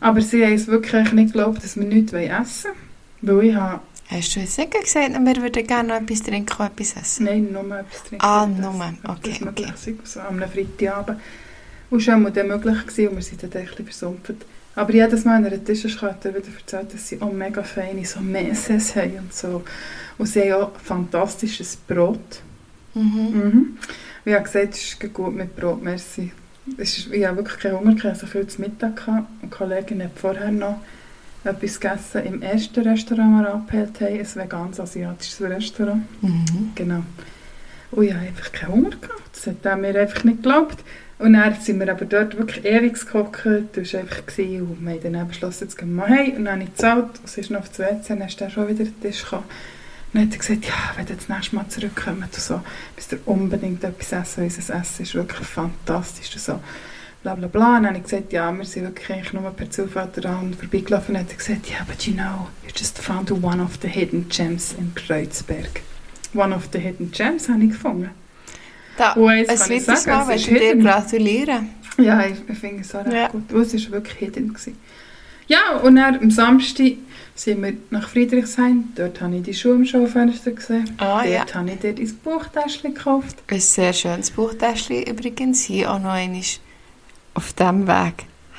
Aber sie haben es wirklich nicht geglaubt, dass wir nichts essen wollen. Weil ich habe
Hast du jetzt nicht gesagt, wir würden gerne noch etwas trinken und etwas essen?
nein, nur etwas trinken.
Ah,
wollen,
nur.
ob das
Okay,
möglich sei, So am Freitagabend. Und schon mal dann möglich gewesen, und wir sind dann ein bisschen versumpft. Aber jedes Mal an einer Tischkarte wieder erzählt, dass sie auch mega feine so Messes haben und so. Und sie haben auch fantastisches Brot.
Mhm.
Mhm. Wie ich gesagt es ist gut mit Brot, merci. Es ist, ich habe wirklich keinen Hunger, gehabt, ich hatte so viel zu Mittag. Gehabt. Und die Kollegin hat vorher noch etwas gegessen im ersten Restaurant, das wir abgehält haben, ein veganes asiatisches Restaurant.
Mhm.
Genau. Und ich habe einfach keinen Hunger gehabt, das hat er mir einfach nicht geglaubt. Und dann sind wir aber dort wirklich ewig gekocht, du warst einfach gewesen, und wir haben dann eben beschlossen, jetzt gehen wir mal heim. Und dann habe ich gezahlt, und sie ist noch auf das WC, dann ist er schon wieder an den Tisch gekommen. Dann hat er gesagt, ja, wenn ihr das nächste Mal zurückkommt und so, müsst ihr unbedingt etwas essen, unser Essen ist wirklich fantastisch und so. Bla bla bla. Und dann habe ich gesagt, ja, wir sind wirklich eigentlich nur per Zufall daran vorbeigelaufen. Und dann hat er gesagt, ja, but you know, you just found one of the hidden gems in Kreuzberg. One of the hidden gems habe ich gefunden.
Da,
Und eins
ein
Oh, kann ich
weiteres Mal
sagen,
möchte
es ist
ich dir
hidden.
gratulieren.
Ja, ich ich finde es auch recht
Ja.
gut. Und es war wirklich hidden. Gewesen. Ja, und dann am Samstag sind wir nach Friedrichshain. Dort habe ich die Schuhe im Schaufenster gesehen.
Ah
dort
ja.
habe ich dir dein Buchtäschchen gekauft.
Ein sehr schönes Buchtäschchen übrigens. Hier auch noch einmal auf diesem Weg.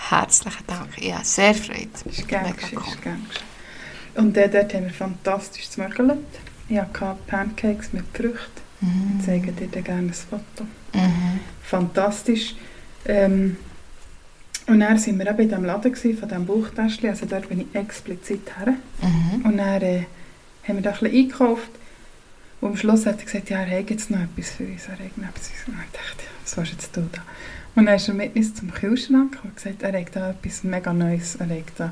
Herzlichen Dank. Ja, sehr freut.
Das ist gern
Mega
gewesen,
cool.
ist gern gewesen. Und dann, dort haben wir fantastisch gemögelt. Ich hatte Pancakes mit Früchten. Ich zeige dir dann gerne ein Foto.
Mhm.
fantastisch. Ähm, und dann waren wir eben in diesem Laden gewesen, von diesem Buchtäschchen, also dort bin ich explizit her.
Mhm.
Und dann äh, haben wir da ein bisschen eingekauft und am Schluss hat er gesagt, ja, er hat jetzt noch etwas für uns, er hat noch etwas für uns. Und ich dachte, ja, was willst jetzt du da? Und dann ist er mit uns zum Kühlschrank und hat gesagt, er hat da etwas mega Neues, er hat da.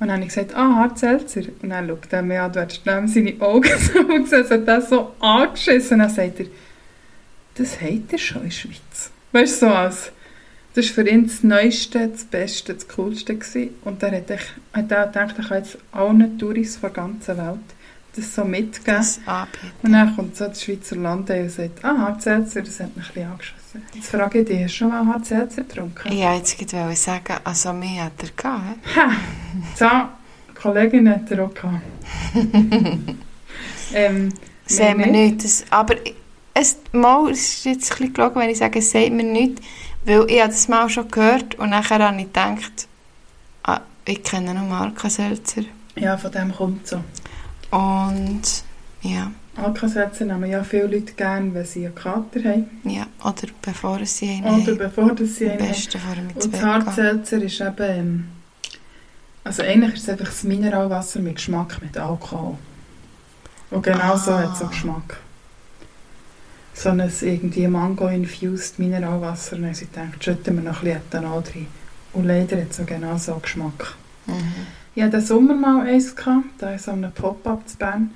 Und dann habe ich gesagt, ah, Hartzelzer. Und dann schaut er mir an, du hättest ihm seine Augen so gesehen, es hat das so angeschissen. Und dann sagt er, das hat er schon in der Schweiz. Weißt du, so als, das war für ihn das Neueste, das Beste, das Coolste. Gewesen. Und er hat, echt- hat auch gedacht, er kann jetzt allen Touristen der ganzen Welt das so mitgeben.
Das anbieten.
Und dann kommt so das Schweizer Land und sagt, ah, Hartzelzer, das hat mich ein bisschen angeschossen. Jetzt frage ich dich, hast du schon mal Hartzelzer getrunken?
Ja, jetzt wollte ich wollte sagen, also mir hat er gehabt.
Ha! So, die Kollegin hat er auch gehabt. ähm,
Sehen wir
Nein,
nicht. Das, Dus, aber es, mal, es ist jetzt ein bisschen gelogen, wenn ich sage, es sagt mir nicht. Weil ich habe das mal schon gehört und nachher habe ich gedacht, ah, ich kenne nur Alka-Seltzer.
ja, von dem kommt so.
Und ja,
Alka-Selzer nehmen ja viele Leute gerne, wenn sie einen Kater haben.
ja, oder bevor sie einen
Oder
haben.
bevor dass sie
Am
einen haben.
besten vor dem ins
Und das
Bett gehen.
Hartzelzer ist eben... Ähm, also eigentlich ist es einfach das Mineralwasser mit Geschmack, mit Alkohol. Und genau so
Ah.
hat es einen Geschmack. So ein irgendwie Mango-infused Mineralwasser. Und dann habe ich gedacht, schütten wir noch ein bisschen Ethanol rein. Und leider hat es auch genau so Geschmack. Ich hatte den Sommer mal eins, gehabt, da in so einem Pop-Up zu Bern.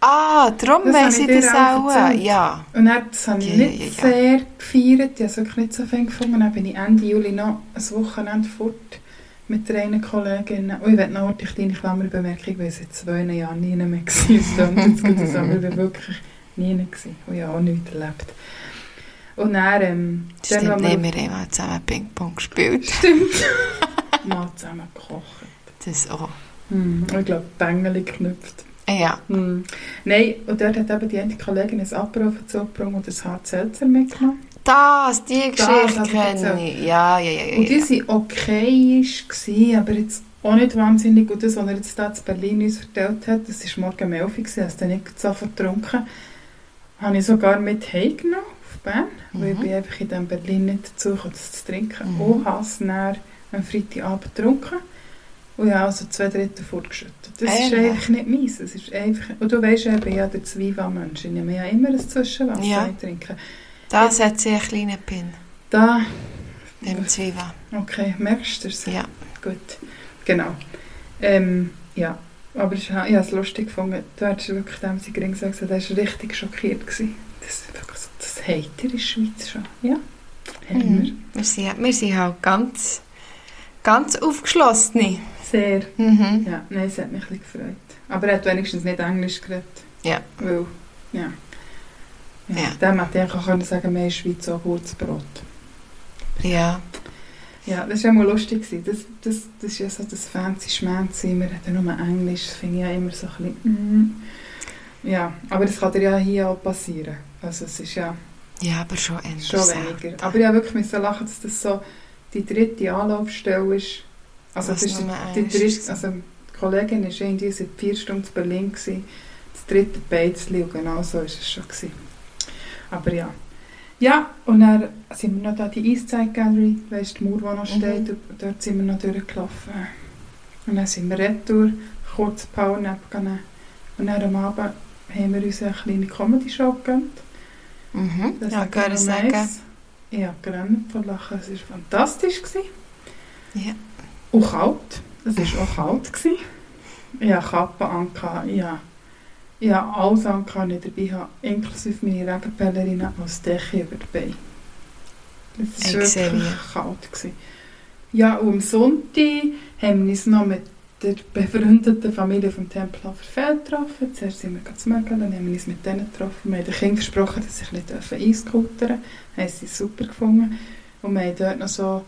Ah, darum
Das
weiss
habe
ich
ich dir
das
auch
auch. ah,
erzählt.
Ja.
Und dann, das habe ich
Ja,
nicht
ja, ja.
sehr gefeiert, ich habe es wirklich nicht so viel gefunden. Dann bin ich Ende Juli noch ein Wochenende fort mit der einen Kollegin. Und ich will noch eine kleine Klammerbemerkung, weil ich seit zwei Jahren nie mehr war. Und jetzt gibt es aber ich bin wirklich nie mehr. gewesen. Und ich habe auch nichts erlebt. Und dann... Ähm, dann,
Stimmt,
wo wir-
nicht, wir haben mal zusammen Ping-Pong gespielt.
Stimmt. Mal zusammen gekocht.
Das auch.
Hm. Und ich glaube, Bengeli geknüpft.
Ja.
Hm. Nein, und dort hat eben die eine Kollegin ein Abrufen zugebracht und das H. Zelzer mitgenommen.
Das, die Geschichte
hab ich
kenne ich. Ja, ja, ja. ja,
Und die
ja.
waren okay, gewesen, aber jetzt auch nicht wahnsinnig. Und das, was er jetzt hier in Berlin uns erzählt hat, das war morgen um 11 Uhr, gewesen, hast du nicht sofort getrunken. Habe ich sogar mit heimgenommen auf Bern, weil ich
Mhm.
bin einfach in diesem Berlin nicht dazu gekommen, das zu trinken.
Mhm.
Und habe es dann am Freitagabend getrunken und ich habe also zwei Drittel fortgeschüttet. Das ist
Ehrlich?
einfach nicht meins. Das ist einfach, und du weißt, ich bin ja der Zwiebelmensch. Ich nehme ja immer ein Zwischenwasser
Ja.
ein trinken.
Das hat sie einen kleinen Pin
Da,
im Zwiebeln.
okay, merkst du es?
Ja.
Gut, genau. Ähm, ja, aber ich, ha- ich habe es lustig gefunden. Du hättest wirklich dem sie gering gesagt, der war richtig schockiert. Gewesen. Das ist wirklich so, das hat er in der Schweiz schon. Ja, haben wir.
Mhm. Wir, sind, wir sind halt ganz, ganz aufgeschlossene.
Sehr.
Mhm.
Ja, nein, es hat mich ein bisschen gefreut. Aber er hat wenigstens nicht Englisch geredet.
Ja.
Weil, ja. Ja,
Ja.
Dem hätte ich auch können sagen, wir haben in der Schweiz auch gutes Brot.
Ja.
Ja, das war mal lustig. gewesen. Das, das, das ist ja so das fancy Schmancy. Wir hatten nur Englisch. Das finde ich ja immer so ein bisschen... Mm. Ja, aber das kann dir ja hier auch passieren. Also es ist ja
Ja, aber schon ändert
schon weniger. Aber ich musste wirklich müssen lachen, dass das so die dritte Anlaufstelle ist. Also, das ist die, die dritte, also die Kollegin war irgendwie seit vier Stunden in Berlin. Gewesen, das dritte Beizli und genau so war es schon. Gewesen. Aber ja. Ja, und dann sind wir noch da die Eastside Gallery, weißt du, die Mauer, die noch
Mhm.
steht, und dort sind wir noch durchgelaufen. Und dann sind wir retour, kurz Pause abgenommen. Und dann am Abend haben wir uns eine kleine Comedy-Show gegönnt.
Mhm.
Das
ja,
hat mir
gehört
noch
sagen.
eins. Ich habe gerannt vor Lachen. Es war fantastisch. Gewesen.
Ja.
Und kalt. Es war auch kalt. Gewesen. Ich hatte Kappe an. Ich hatte, ich hatte alles an, was ich dabei habe, inklusive meine Regenpellerine als Decke über die Beine. Es war
Ich sehe
wirklich kalt. Gewesen. Ja, und am Sonntag haben wir uns noch mit der befreundeten Familie vom Tempelhofer Feld getroffen. Zuerst sind wir gerade zu Mögeln, dann haben wir uns mit denen getroffen. Wir haben den Kindern versprochen, dass ich nicht eiskutern dürfen. Haben sie super gefunden. Und wir haben dort noch so,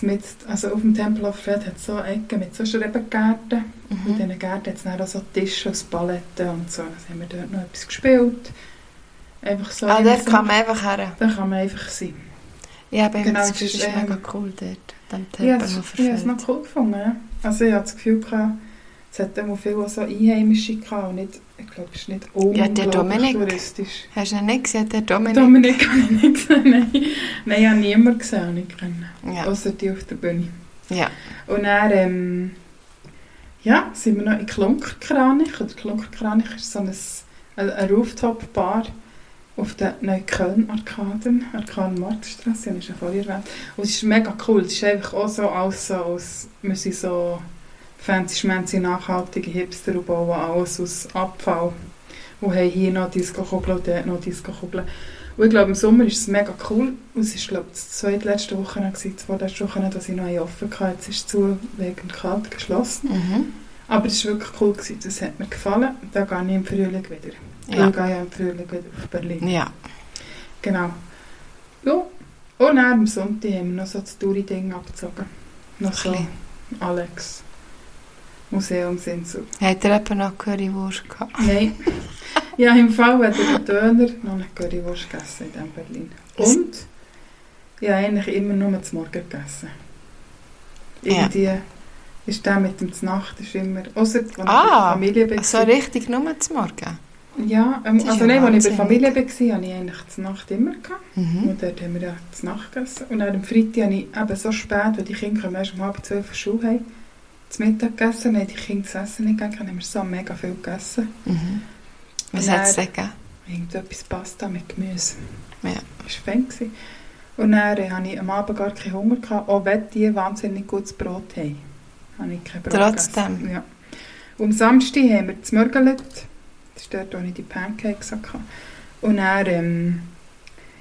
mit, also auf dem Tempelhofer Feld hat es so Ecken mit so Schreibengärten. In
Mhm.
diesen Gärten hat es dann auch so Tische aus Paletten und so. Dann haben wir dort noch etwas gespielt. Einfach so.
Ah,
immer
dort
so-
kann man einfach her.
Da kann man einfach sein.
Ja, bei
Genau,
genau, das
das
ist
ist, ähm,
mega cool dort. Dem Tempel
Ja, das-
noch
ich habe es
verfällt.
noch cool gefunden. Ja. Also ich hatte das Gefühl, gehabt, es hat immer viel auch so Einheimische gehabt und nicht, ich glaube, es ist nicht
der
unglaublich
Dominik.
touristisch.
Hast du ihn nicht gesehen, der Dominik?
Dominik habe ich nicht gesehen, nein. Nein, ich habe niemanden gesehen, den ich kenne.
Ja.
Außer die auf der Bühne.
ja.
Und dann ähm, ja, sind wir noch in Klunkerkranich. Und Klunkerkranich ist so ein, eine, eine Rooftop-Bar auf der Neukölln-Arkaden, Arkaden-Marktstraße, habe ich schon vorher erwähnt. Und es ist mega cool. Es ist einfach auch so, alles so aus, wir sind so fancy-schmancy, nachhaltige Hipster und bauen alles aus Abfall. Und haben hier noch Disco-Kugeln und dort noch Disco-Kugeln. Und ich glaube, im Sommer ist es mega cool. Und es war, glaube ich, das zweitletzte Wochenende, gewesen, das vorletzte Wochenende, das ich noch offen hatte. Jetzt ist es zu wegen kalt geschlossen.
Mhm.
Aber es war wirklich cool. Gewesen. Das hat mir gefallen. Und da gehe ich im Frühling wieder. Ja.
Ja.
Ich gehe ja im Frühling wieder auf Berlin.
Ja.
Genau. Ja. Und dann am Sonntag haben wir noch so das Touri-Ding abgezogen. Noch so
bisschen.
Alex. Museumsinsel.
Hat er etwa noch Currywurst gehabt?
Nein. ja, im Fall weder den Döner noch eine Currywurst gegessen in diesem Berlin. Und ich habe eigentlich immer nur zum Morgen gegessen.
Ja.
Irgendwie ist der mit dem Znacht ist immer... Außer, als ich bei der
Ah,
Familie war.
So richtig nur zu Morgen?
Ja, ähm,
Das ist
also
ja
nein, als ich bei der
wahnsinnig.
Familie war, hatte ich eigentlich Znacht immer. Gehabt.
Mhm.
Und dort haben wir ja zu Nacht gegessen. Und dann am Freitag habe ich eben so spät, weil die Kinder kommen erst um halb zwölf von Schule heim, zu Mittag gegessen. Dann haben die Kinder das Essen nicht gegessen, dann haben wir so mega viel gegessen.
Mhm. Was
Und
hat es gegeben?
Irgendetwas Pasta mit Gemüse.
Ja.
Das war fein. gewesen. Und dann äh, hatte ich am Abend gar keinen Hunger, gehabt, auch wenn die wahnsinnig gutes Brot haben. Habe ich kein Brot
Trotzdem.
gegessen. Ja. Und am Samstag haben wir gemörgelt. Das ist dort, wo ich die Pancakes hatte. Und dann ähm,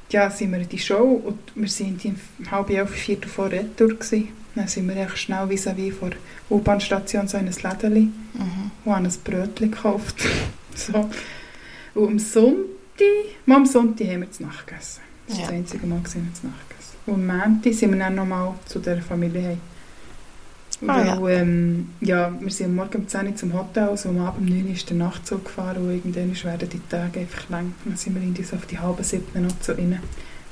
ja, sind wir in die Show und wir sind um halb elf, viertel vor Retour. Gewesen. Dann sind wir echt schnell vis-à-vis vor der U-Bahn-Station so in ein Lädchen
Mhm.
und habe ein Brötchen gekauft. so. Und am Sonntag, mal am Sonntag haben wir zu Nacht gegessen. Das war
Ja.
das einzige Mal, dass wir zu Nacht gegessen haben. Und am Montag sind wir dann nochmal zu dieser Familie heim.
Ah, ja.
Weil, ähm, ja, wir sind am Morgen um 10 Uhr zum Hotel, also am Abend um 9 Uhr ist der Nachtzug gefahren und irgendwann ist- werden die Tage einfach lang. Dann sind wir irgendwie so auf die halbe siebten noch zu innen,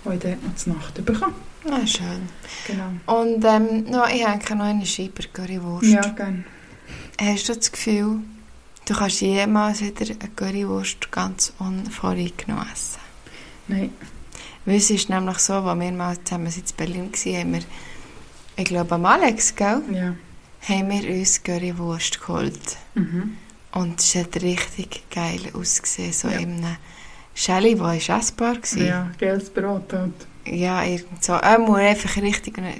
wo ich dort noch zu Nacht bekomme.
Ah, schön.
Genau.
Und ähm, noch, ich habe noch eine Scheiber Currywurst.
Ja, gerne.
Hast du das Gefühl, du kannst jemals wieder eine Currywurst ganz unvoreingenommen essen?
Nein.
Weil es ist nämlich so, als wir mal zusammen in Berlin waren, haben wir, ich glaube am Alex, gell,
Ja.
haben wir uns Currywurst geholt.
Mhm.
Und es hat richtig geil ausgesehen, so
Ja.
in einem Schelli, die ist essbar war.
Ja, geiles Brot. Und
Ja, irgend so. Ähm, einfach richtig,
Ganz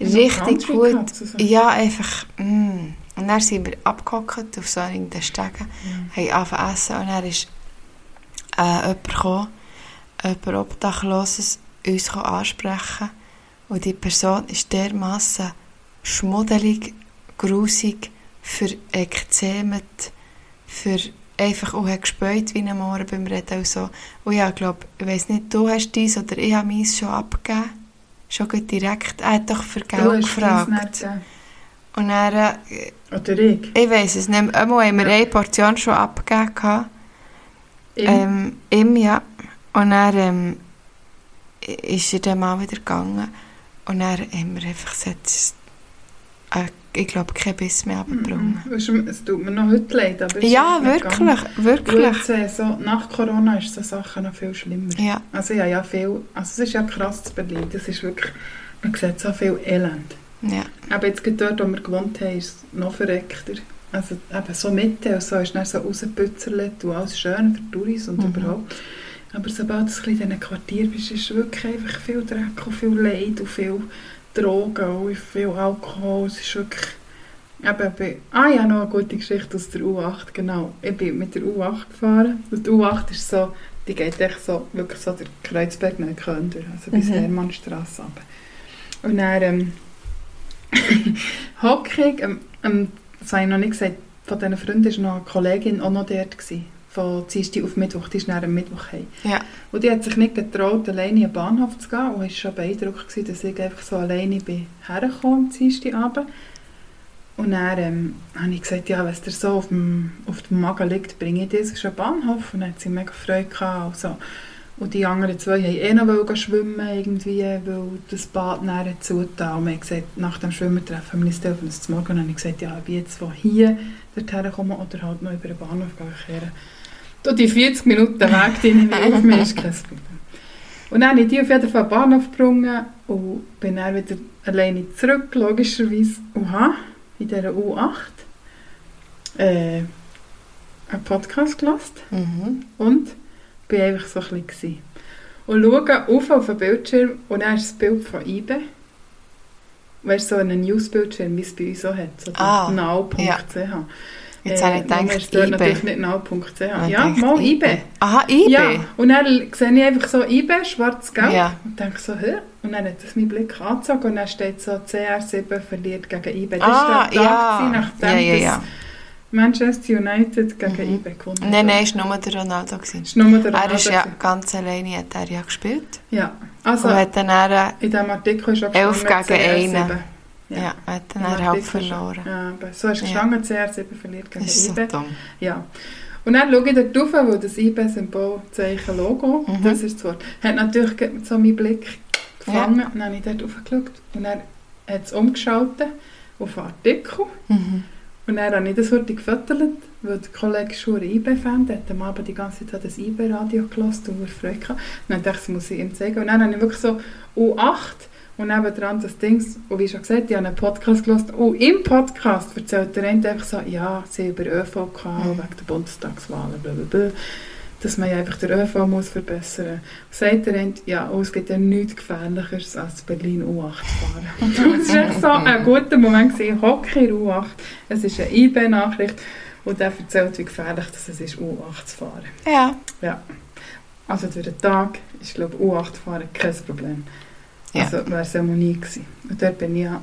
richtig
viel
gut.
Katze, so.
Ja, einfach, mm. Und dann sind wir abgehockt auf so einen Stegen. haben
Ja.
angefangen zu essen und dann ist äh, jemand gekommen, jemand Obdachloses, uns kam ansprechen und die Person ist dermassen schmuddelig, grusig, verekzemet, für einfach auch hat gespäut wie am Morgen beim Reden und so. Und ja, ich glaube, ich weiss nicht, du hast dies oder ich habe meins schon abgegeben. Schon gut direkt. Er hat doch für
Du
Geld
hast
gefragt.
deins nicht gegeben.
Und dann äh,
Oder ich.
ich weiss es nicht. mehr. Einmal haben wir eine Portion schon abgegeben. gehabt.
Ich?
Ähm, ihm, ja. Und dann ähm, i- ist er dann mal wieder gegangen. Und dann haben wir einfach gesagt, es- äh, ich glaube, keinen Biss mehr abgebrungen.
Mhm. Es ist- Es tut mir noch heute leid, aber es ist
Ja,
nicht gegangen.
wirklich,
Und
wirklich.
Jetzt, äh, so, nach Corona ist so Sachen noch viel schlimmer.
Ja,
Also ja, ja, viel. Also es ist ja krass zu Berlin. Das ist wirklich, man sieht so viel Elend.
ja.
Aber jetzt gerade dort, wo wir gewohnt haben, ist es noch verreckter. Also eben so Mitte und so ist dann so rausgepützelt und alles schön für Touris und
Mhm.
überhaupt. Aber sobald du ein bisschen in diesen Quartier bist, ist wirklich einfach viel Dreck und viel Leid und viel Drogen und viel Alkohol. Es ist wirklich... Eben, bei, ah ja, noch eine gute Geschichte aus der U8, genau. Ich bin mit der U8 gefahren und die U8 ist so, die geht echt so, wirklich so der Kreuzberg Neukölln durch, also bis
Mhm.
Hermannstrasse runter. Und dann ähm, hocke ich, ähm, ähm, das habe ich noch nicht gesagt, von diesen Freunden war noch eine Kollegin auch noch dort, gewesen, von Dienstag auf Mittwoch, die ist dann am Mittwoch heim.
Ja.
Und die hat sich nicht getraut, alleine in den Bahnhof zu gehen und es war schon beeindruckend, gewesen, dass ich einfach so alleine bin hergekommen am Dienstagabend. Und dann ähm, habe ich gesagt, ja, wenn es dir so auf dem, auf dem Magen liegt, bringe ich dich schon Bahnhof. Und dann hat sie mega Freude gehabt. Und, so. und die anderen zwei wollten eh noch wollen schwimmen, irgendwie, weil das Bad näher zutat. Und wir haben gesagt, nach dem Schwimmertreffen haben wir uns dann auf uns zu morgen. Und dann habe ich gesagt, ja, ob ich jetzt von hier dorthin komme oder halt noch über den Bahnhof gehen. Du, die 40 Minuten Weg, die ich auf mich ist kein Problem. Und dann habe ich die auf jeden Fall den Bahnhof gebrungen und bin dann wieder alleine zurück, logischerweise. Oha, in dieser U8 äh, einen Podcast gelassen
Mhm.
und bin einfach so ein bisschen. gewesen. Und schaue auf auf den Bildschirm und dann ist das Bild von IBE. Weißt du, so einen News-Bildschirm, wie es bei uns auch hat, so
Ah,
now.ch.
ja. Jetzt habe ich
nur ist Äh, dort
gedacht,
natürlich
IB.
nicht now.ch.
Man
Ja,
denkt,
mal IBE.
Aha, IB?
Ja, und dann sehe ich einfach so IBE, schwarz-gelb.
Ja.
Und denke so, hä? Und dann hat das meinen Blick angezogen und dann steht so, CR7 verliert gegen IBE. Das
Ah,
war der Tag, gewesen,
ja.
nachdem
Ja, ja, ja.
das Manchester United gegen
Mhm.
IBE gewonnen hat.
Nein, nein, es war nur der Ronaldo. gewesen.
Das ist nur der
Er ist
Ronaldo
ja
gewesen.
ganz alleine, hat er ja gespielt.
ja. Also,
Und hat dann, er,
in diesem Artikel ist auch
Elf
gestanden,
gegen
CR7.
einen.
Ja.
ja. hat dann er
Im
halb
Artikel schon.
verloren.
Ja, aber so ist
Ja.
gestanden, CR7 verliert gegen
Das ist so
IBE.
dumm.
Ja. Und dann schaue ich dort rauf, wo das IB-Symbol, Zeichen, Logo,
Mhm.
das ist das Wort, hat natürlich gerade so meinen Blick gefangen. Dann habe ich dort raufgeschaut und dann hat es umgeschaltet auf den Artikel.
Mhm.
Und dann habe ich das heute gefüttert, weil der Kollege Schur IB-Fan der hat am Abend die ganze Zeit das IB-Radio gehört und er Freude gehabt. Und dann dachte ich, das muss ich ihm zeigen. Und dann habe ich wirklich so U8 und nebendran das Ding, und wie schon gesagt, ich habe einen Podcast gehört. Und im Podcast erzählt der eine einfach so, ja, sie über ÖVK,
Mhm.
wegen der Bundestagswahl, blablabla. dass man ja einfach den ÖV muss verbessern muss. Sagt der Ent, ja, oh, es gibt ja nichts Gefährlicheres als Berlin U8 fahren. Und das war echt so ein guter Moment, gewesen. Hockey in U8, es ist eine IB-Nachricht und der erzählt, wie gefährlich das es ist, U8 zu fahren.
Ja.
Ja. Also durch den Tag ist, glaube ich, U8 fahren kein Problem.
Ja.
Also wäre es ja mal nie gewesen. Und dort bin ich ja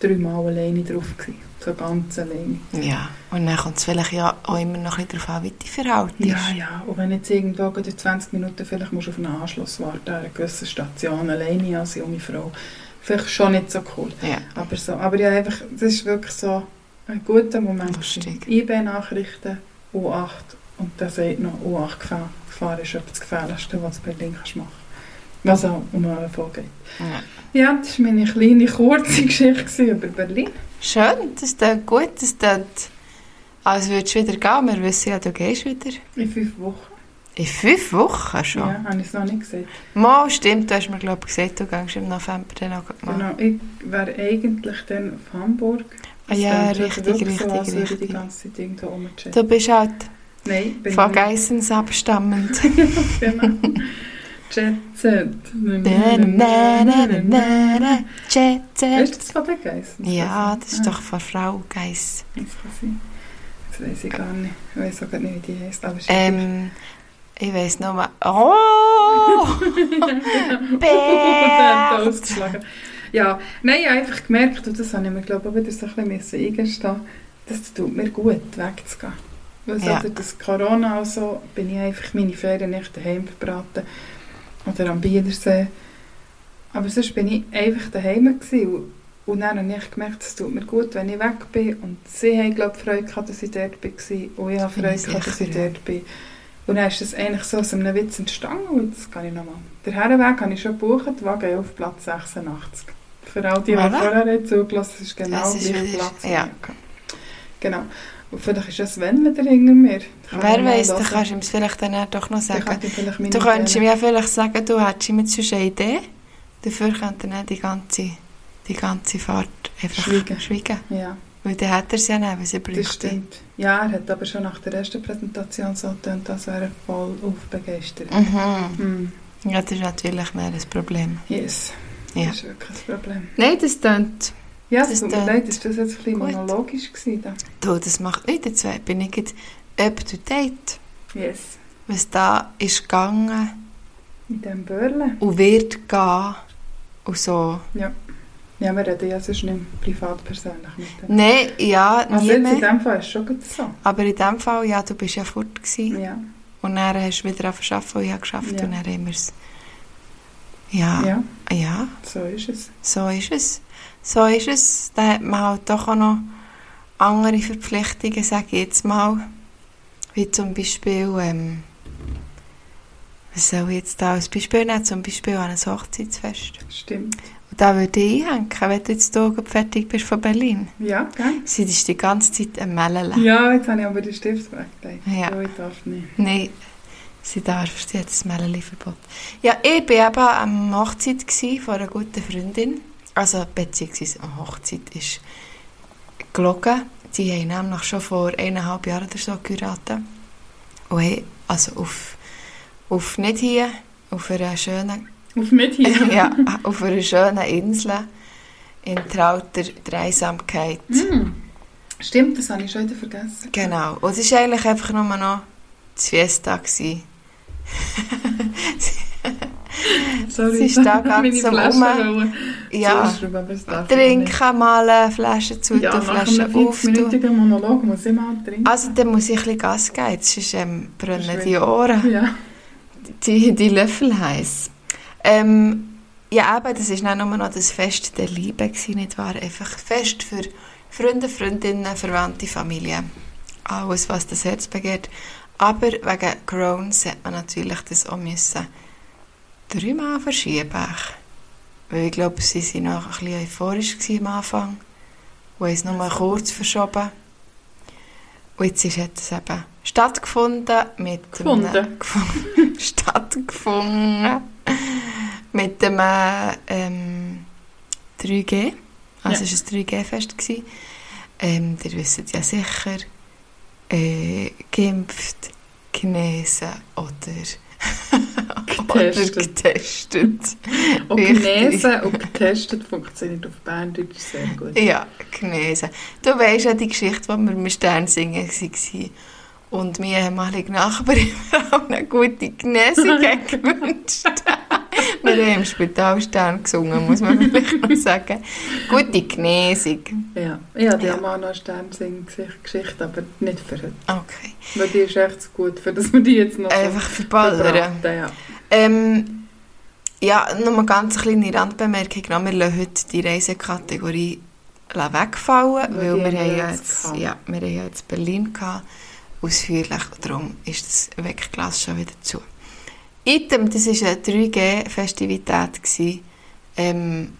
dreimal alleine drauf gewesen. So ganz alleine.
ja. Und dann kommt es vielleicht ja auch immer noch ein bisschen darauf an, wie du dich verhaltest.
Ja, ja. Und wenn jetzt irgendwo gerade in 20 Minuten vielleicht musst du auf einen Anschluss warten, an einer gewissen Station, alleine als junge Frau, vielleicht schon nicht so cool.
Ja.
Aber so, aber ja, einfach, das ist wirklich so ein guter Moment.
Lustig.
IB-Nachrichten, U8 und da sagt noch, U8 gefahren, gefahren ist etwas das Gefährlichste, was du in Berlin kannst machen Was auch um einen geht.
Ja.
Ja, das war meine kleine, kurze Geschichte gewesen über Berlin.
Schön, das klingt gut. Das klingt, als würdest du wieder gehen. Wir wissen ja, du gehst wieder.
In fünf Wochen.
In fünf Wochen schon?
Ja, habe ich es noch nicht gesehen.
Mal, stimmt, du hast mir glaube ich gesagt, du gehst im November dann auch gleich mal.
Genau, ich wäre eigentlich dann auf Hamburg.
Ah ja,
Es klingt
richtig,
wirklich
richtig,
so, als würde ich die
richtig.
ganze Zeit irgendwo rumchatten.
Du bist halt
Nein, bin
von
ich nicht.
Geissens abstammend.
Genau. Jet Set.
Na, na, na, na, na, na, Jet
Ist
Set.
das von den Geissen?
Ja, das ist doch von Frau Geiss.
Das kann sein. Das weiß ich gar nicht. Ich weiß auch gar nicht, wie die heisst. Aber ähm.
Ähm, ich weiss noch mal. Oh! Bert!
ausgeschlagen. Ja, nein, ich habe einfach gemerkt, und das habe ich mir, glaube ich, auch wieder so ein bisschen müssen eingestehen das tut mir gut, wegzugehen. Weil so
Ja.
durch das Corona und so bin ich einfach meine Ferien nicht daheim verbraten. Oder am Biedersee. Aber sonst bin ich einfach daheim gewesen. Und- Und dann habe ich gemerkt, es tut mir gut, wenn ich weg bin. Und sie haben, glaube ich, Freude gehabt, dass ich dort war. Und ich habe
Bin
Freude
ich
gehabt, dass ich
sicher, ja.
dort bin. Und dann ist das eigentlich so aus einem Witz entstanden. Und jetzt gehe ich nochmal. Den Herrenweg habe ich schon gebucht, wage ich auf Platz 86. Für all die, die
Voilà.
vorher nicht zugelassen haben, ist genau
Das ist
der gleiche
wieder-
Platz.
ja.
Genau. Und vielleicht ist das Sven wieder hinter mir.
Wer weiss, du kannst ihm es vielleicht dann doch noch
sagen.
sagen. Du könntest
eh,
ihm ja vielleicht sagen, du hättest ihm jetzt schon eine Idee. Dafür könnte er dann die ganze, die ganze Fahrt einfach
Schweigen.
schweigen.
Ja,
Weil dann hat er es ja nicht, was er
das
bräuchte.
stimmt. Ja, er hat aber schon nach der ersten Präsentation so getönt, als wäre er voll aufbegeistert.
Mhm.
Mhm.
Ja, das ist natürlich mehr ein Problem.
Yes.
Ja.
Das ist wirklich ein Problem.
Nein, das tönt.
Ja,
Das
es tut mir
klingt
leid, ist das jetzt ein bisschen
gut.
monologisch gewesen? da?
Du, das macht nichts. Jetzt we- bin ich jetzt up to date,
Yes.
was da ist gegangen
Mit dem Börle.
und wird gehen und so.
Ja, wir reden ja sonst nicht privat persönlich mit dem.
Nein, ja,
Also
nie
jetzt in
mehr.
dem Fall ist es schon gut so.
Aber in dem Fall, ja, du bist ja fort gewesen.
Ja.
Und dann hast du wieder angefangen zu arbeiten, und ich habe geschafft
Ja.
und dann haben wir es. Ja, ja,
ja, so ist es.
so ist es. So ist es. Da hat man halt doch auch noch andere Verpflichtungen, sage ich jetzt mal. Wie zum Beispiel, ähm, was soll ich jetzt da als Beispiel nehmen? Zum Beispiel an ein Hochzeitsfest.
Stimmt.
Und da würde ich einhängen, wenn du jetzt hier gerade fertig bist von Berlin.
Ja, gell?
Sie ist die ganze Zeit am Melelen.
Ja, jetzt habe ich aber den Stift weggelegt.
Ja.
So, ich darf nicht.
Nein, sie darf, sie hat das Melanie-Verbot. Ja, ich war eben am Hochzeit gsi von einer guten Freundin. Also, beziehungsweise eine Hochzeit ist gelogen. Die haben nämlich schon vor eineinhalb Jahren oder so geheiratet. Und haben, also auf, auf nicht hier, auf einer schönen,
Auf mit hier.
ja, auf einer schönen Insel in trauter Dreisamkeit.
Mm. Stimmt, das habe ich schon wieder vergessen.
Genau. Und es war eigentlich einfach nur noch das Fiesta. Gewesen.
Sorry,
Sie ist da ganz am
Flasche
Ja, trinken, malen, Flaschen zu,
Ja,
ja,
nach einem
Flaschen auf.
50-minütigen Monolog muss ich mal trinken.
Also dann muss ich ein bisschen Gas geben, jetzt sonst ähm, brennen
Verschwindet.
die Ohren,
ja.
die, die Löffel heiß. Ähm, ja, eben, das war dann nur noch das Fest der Liebe, gewesen, nicht wahr? Einfach Fest für Freunde, Freundinnen, Verwandte, Familie. Alles, was das Herz begehrt. Aber wegen Groans hat man natürlich das auch müssen dreimal verschieben. Weil ich glaube, sie waren noch ein bisschen euphorisch gewesen am Anfang und haben es nur mal kurz verschoben. Und jetzt ist, hat es eben stattgefunden mit
Gefunden.
Einem, Gefun- stattgefunden mit dem äh, ähm, 3G. Also
Ja.
es war ein 3G-Fest. gewesen. Ähm, ihr wisst ja sicher, äh, geimpft, genesen oder,
Getestet.
oder getestet.
Und
Richtig.
genesen und getestet funktioniert auf Berndeutsch sehr gut.
Ja, genesen. Du weißt ja die Geschichte, wo wir mit Stern singen waren. Und mir haben alle Nachbarn auch eine gute Genesung gewünscht. wir haben im Spital Stern gesungen, muss man vielleicht noch sagen. Gute Genesung.
Ja, ich hatte
Ja.
ja mal noch eine Sternsinger-Geschichte, aber nicht für heute.
Okay.
Weil die ist echt zu gut, für dass wir die jetzt noch so
Einfach verballern.
verbraten, Ja.
Ähm, ja, nur eine ganz kleine Randbemerkung. Noch, Wir lassen heute die Reisekategorie la- wegfallen,
Weil
weil
die
wir,
haben
haben
wir
ja
jetzt
jetzt,
gehabt.
ja, wir haben ja jetzt Berlin gehabt, ausführlich. Darum ist das weggelassen schon wieder zu. Item, das war eine 3G-Festivität. gewesen. Ähm,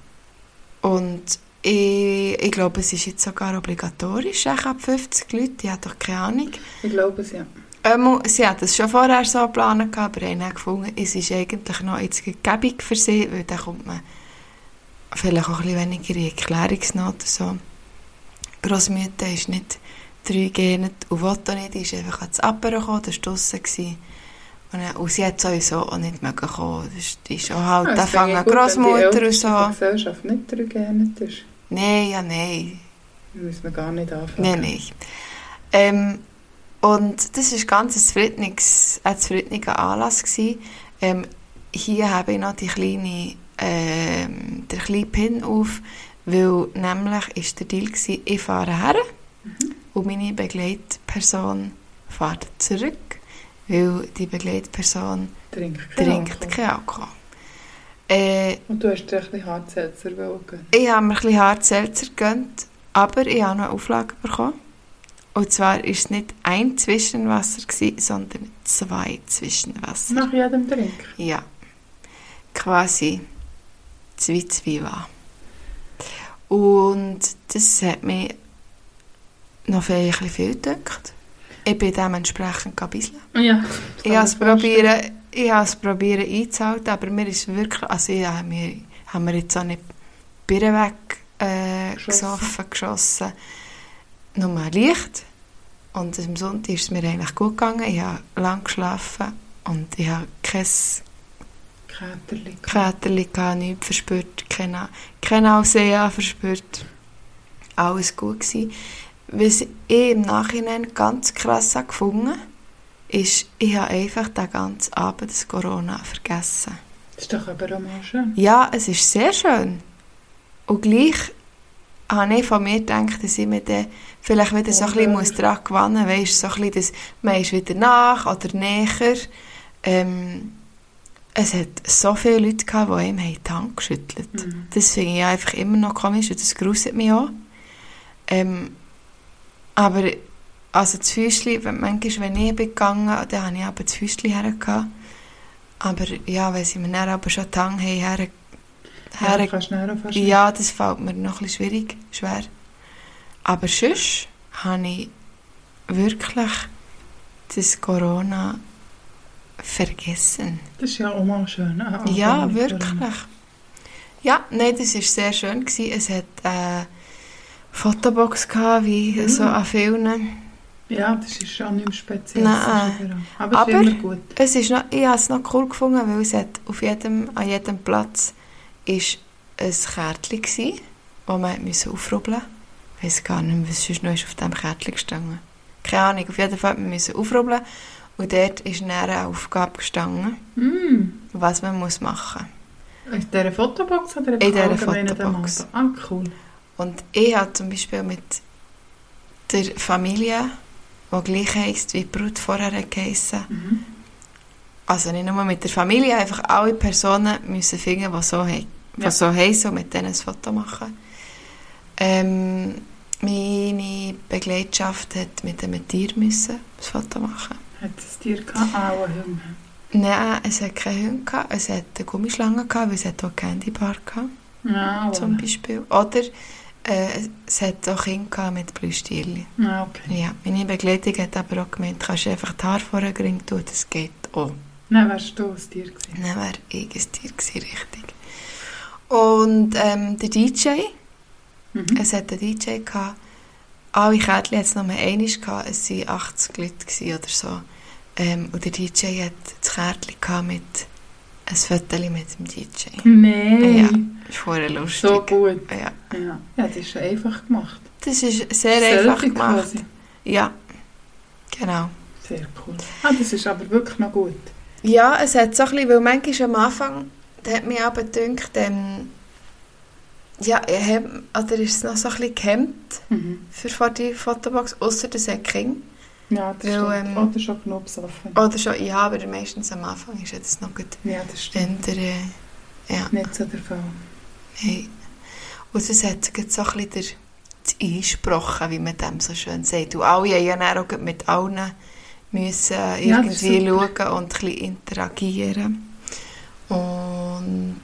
und ich, ich glaube, es ist jetzt sogar obligatorisch, ich habe 50 Leute, ich habe doch keine Ahnung.
Ich glaube es ja.
Ähm, sie hat es schon vorher so geplant, gehabt, aber haben dann gefunden, es ist eigentlich noch jetzt gäbig für sie, weil dann kommt man vielleicht auch ein bisschen weniger in Erklärungsnot oder so. Grossmütter ist nicht 3G nicht und wollte auch nicht, die ist einfach ans Apero gekommen, das war draussen. gewesen. Und, dann- und sie hat sowieso auch nicht mögen kommen, das ist, die ist auch halt,
Ja,
ja,
das
dann
finde ich
fangen
gut, wenn die
Grossmutter und
Älteste der
so.
Gesellschaft nicht zurückgehend ist,
Nein, ja nein.
dann müssen wir gar nicht anfangen.
Nein, nein. Ähm, und das war ganz ein zufriedenes- ein zufriedener Anlass. Gewesen. Ähm, hier habe ich noch die kleine, ähm, den kleinen Pin auf, weil nämlich war der Deal, gewesen, ich fahre her und meine Begleitperson fährt zurück, weil die Begleitperson
Trink keinen
trinkt
Alkohol.
keinen Alkohol. Äh,
Und du hast dir ein bisschen Hartsetzer gewogen.
ich habe mir ein bisschen hart Seltzer gegönnt, aber ich habe noch eine Auflage bekommen. Und zwar war es nicht ein Zwischenwasser, gewesen, sondern zwei Zwischenwasser.
Nach jedem Trink.
Ja. Quasi zwei Zwiebeln. Und das hat mich noch viel, ein bisschen viel gedrückt. Ich bin dementsprechend gebisselt.
Ja.
Ich habe es probieren, ich habe es probieren einzuhalten, aber mir ist wirklich, also ich habe mir, habe mir jetzt auch nicht die Birne weg äh,
Geschossen.
gesoffen, geschossen. Nur mal leicht. Und am Sonntag ist es mir eigentlich gut gegangen. Ich habe lang geschlafen und ich habe kein
Käterli.
Käterli gehabt, nichts verspürt, keine, keine Ausea verspürt. Alles gut gewesen. Was ich im Nachhinein ganz krass habe gefunden ist, ich habe einfach den ganzen Abend das Corona vergessen.
Das ist doch aber auch mal schön.
Ja, es ist sehr schön. Und gleich habe ich von mir gedacht, dass ich mir dann vielleicht wieder so ein bisschen muss dran gewinnen muss. So ein bisschen, dass man ist wieder nach oder näher. Ähm, es hat so viele Leute gehabt, die ihm haben die Hand geschüttelt haben.
Mhm.
Das finde ich einfach immer noch komisch und das gruset mich auch. Ähm, aber also das Füßchen, wenn- manchmal, wenn ich bin gegangen bin, dann habe ich aber das Füßchen hergehabt. Aber ja, wenn sie mir dann aber schon die Hand haben, her,
Ja,
her,
du kannst näher fast nicht.
ja, das fällt mir noch ein bisschen schwierig, schwer. Aber sonst habe ich wirklich das Corona vergessen.
Das ist ja auch mal schön. ein Abend
Ja,
mit
wirklich.
Corona.
Ja, nein, das war sehr schön. Gewesen. Es hat eine Fotobox, gehabt, wie
Mhm.
so an vielen.
Ja, das ist schon nicht mehr speziell.
Nein.
Aber, aber
Aber-
es ist immer gut.
Es ist noch, ich habe es noch cool gefunden, weil es hat auf jedem, an jedem Platz ist ein Kärtchen gsi, wo man musste aufrubbeln musste. Ich weiß gar nicht mehr, was sonst noch ist auf diesem Kärtchen gestanden. Keine Ahnung, auf jeden Fall hat man müssen aufrubbeln. Und dort ist dann eine Aufgabe gestanden,
Mm.
was man muss machen muss.
In dieser Fotobox oder
In dieser
allgemein dem
Fotobox.
Auto? Ah, cool.
Und ich habe zum Beispiel mit der Familie, die gleich heisst, wie die Brut vorher geheissen,
Mhm.
also nicht nur mit der Familie, einfach alle Personen müssen finden, die so, he die
Ja.
so heissen und mit denen ein Foto machen. Ähm, meine Begleitschaft hat mit einem Tier müssen ein Foto machen.
Hat es dir gehabt? Auch ein Hunger.
Nein, es hat keine Hunde, gehabt, es hat eine Gummischlange, gehabt, weil es hat auch Candy Bar gehabt,
Ja,
zum Beispiel. Oder äh, es hat auch Kinder gehabt mit Blüstierchen.
Ah, okay.
Ja, meine Begleitung hat aber auch gemeint, du kannst einfach die Haare vorne gering tun, das geht auch.
Nein, wärst du aus dir gewesen.
Dann wäre ich ein Tier gewesen, richtig. Und ähm, der DJ,
Mhm.
es hat einen DJ gehabt, alle Kärtchen hat es nur einmal gehabt, es waren 80 Leute gewesen oder so. Ähm, und der DJ hat das Kärtchen gehabt mit ein Foto mit dem DJ.
Nein.
Ja, ist voll lustig.
So gut.
Ja.
Ja. ja, das ist schon einfach gemacht.
Das ist sehr einfach
Selfie
gemacht.
quasi.
Ja, genau.
Sehr cool. Ah, das ist aber wirklich noch gut.
Ja, es hat so ein bisschen, weil manchmal am Anfang da hat mich aber gedacht, ähm, ja, ich hab, oder ist es noch so ein bisschen gehemmt
Mhm.
für vor die Fotobox, außer das hat Kinder.
Ja, Oh. das
Weil,
stimmt.
ähm,
Oder schon genug besoffen.
Oder schon, ja, aber meistens am Anfang ist ja das noch gut
Ja, das stimmt.
ständig. Äh, ja,
Nicht so der Fall.
nein. Und es hat gerade so ein bisschen der, das Einsprochen, wie man dem so schön sagt. Und alle haben ja dann auch gerade mit allen müssen
Ja, das ist
irgendwie schauen und ein bisschen interagieren. Und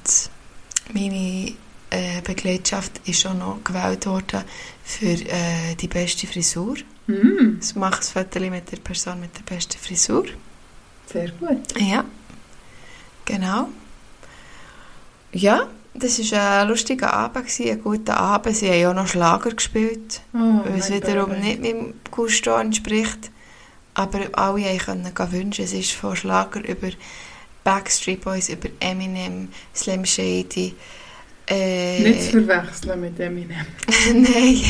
meine äh, Begleitschaft ist schon noch gewählt worden für äh, die beste Frisur.
Mm,
Ich mache ein Foto mit der Person mit der besten Frisur.
sehr gut.
Ja, genau. Ja, das war ein lustiger Abend, gewesen, ein guter Abend. Sie haben ja auch noch Schlager gespielt,
Oh,
weil es
mein
wiederum
Bäume.
nicht meinem Gusto entspricht. Aber alle haben können gehen wünschen. Es ist von Schlager über Backstreet Boys, über Eminem, Slim Shady. Äh,
Nicht zu verwechseln mit Eminem.
Nein.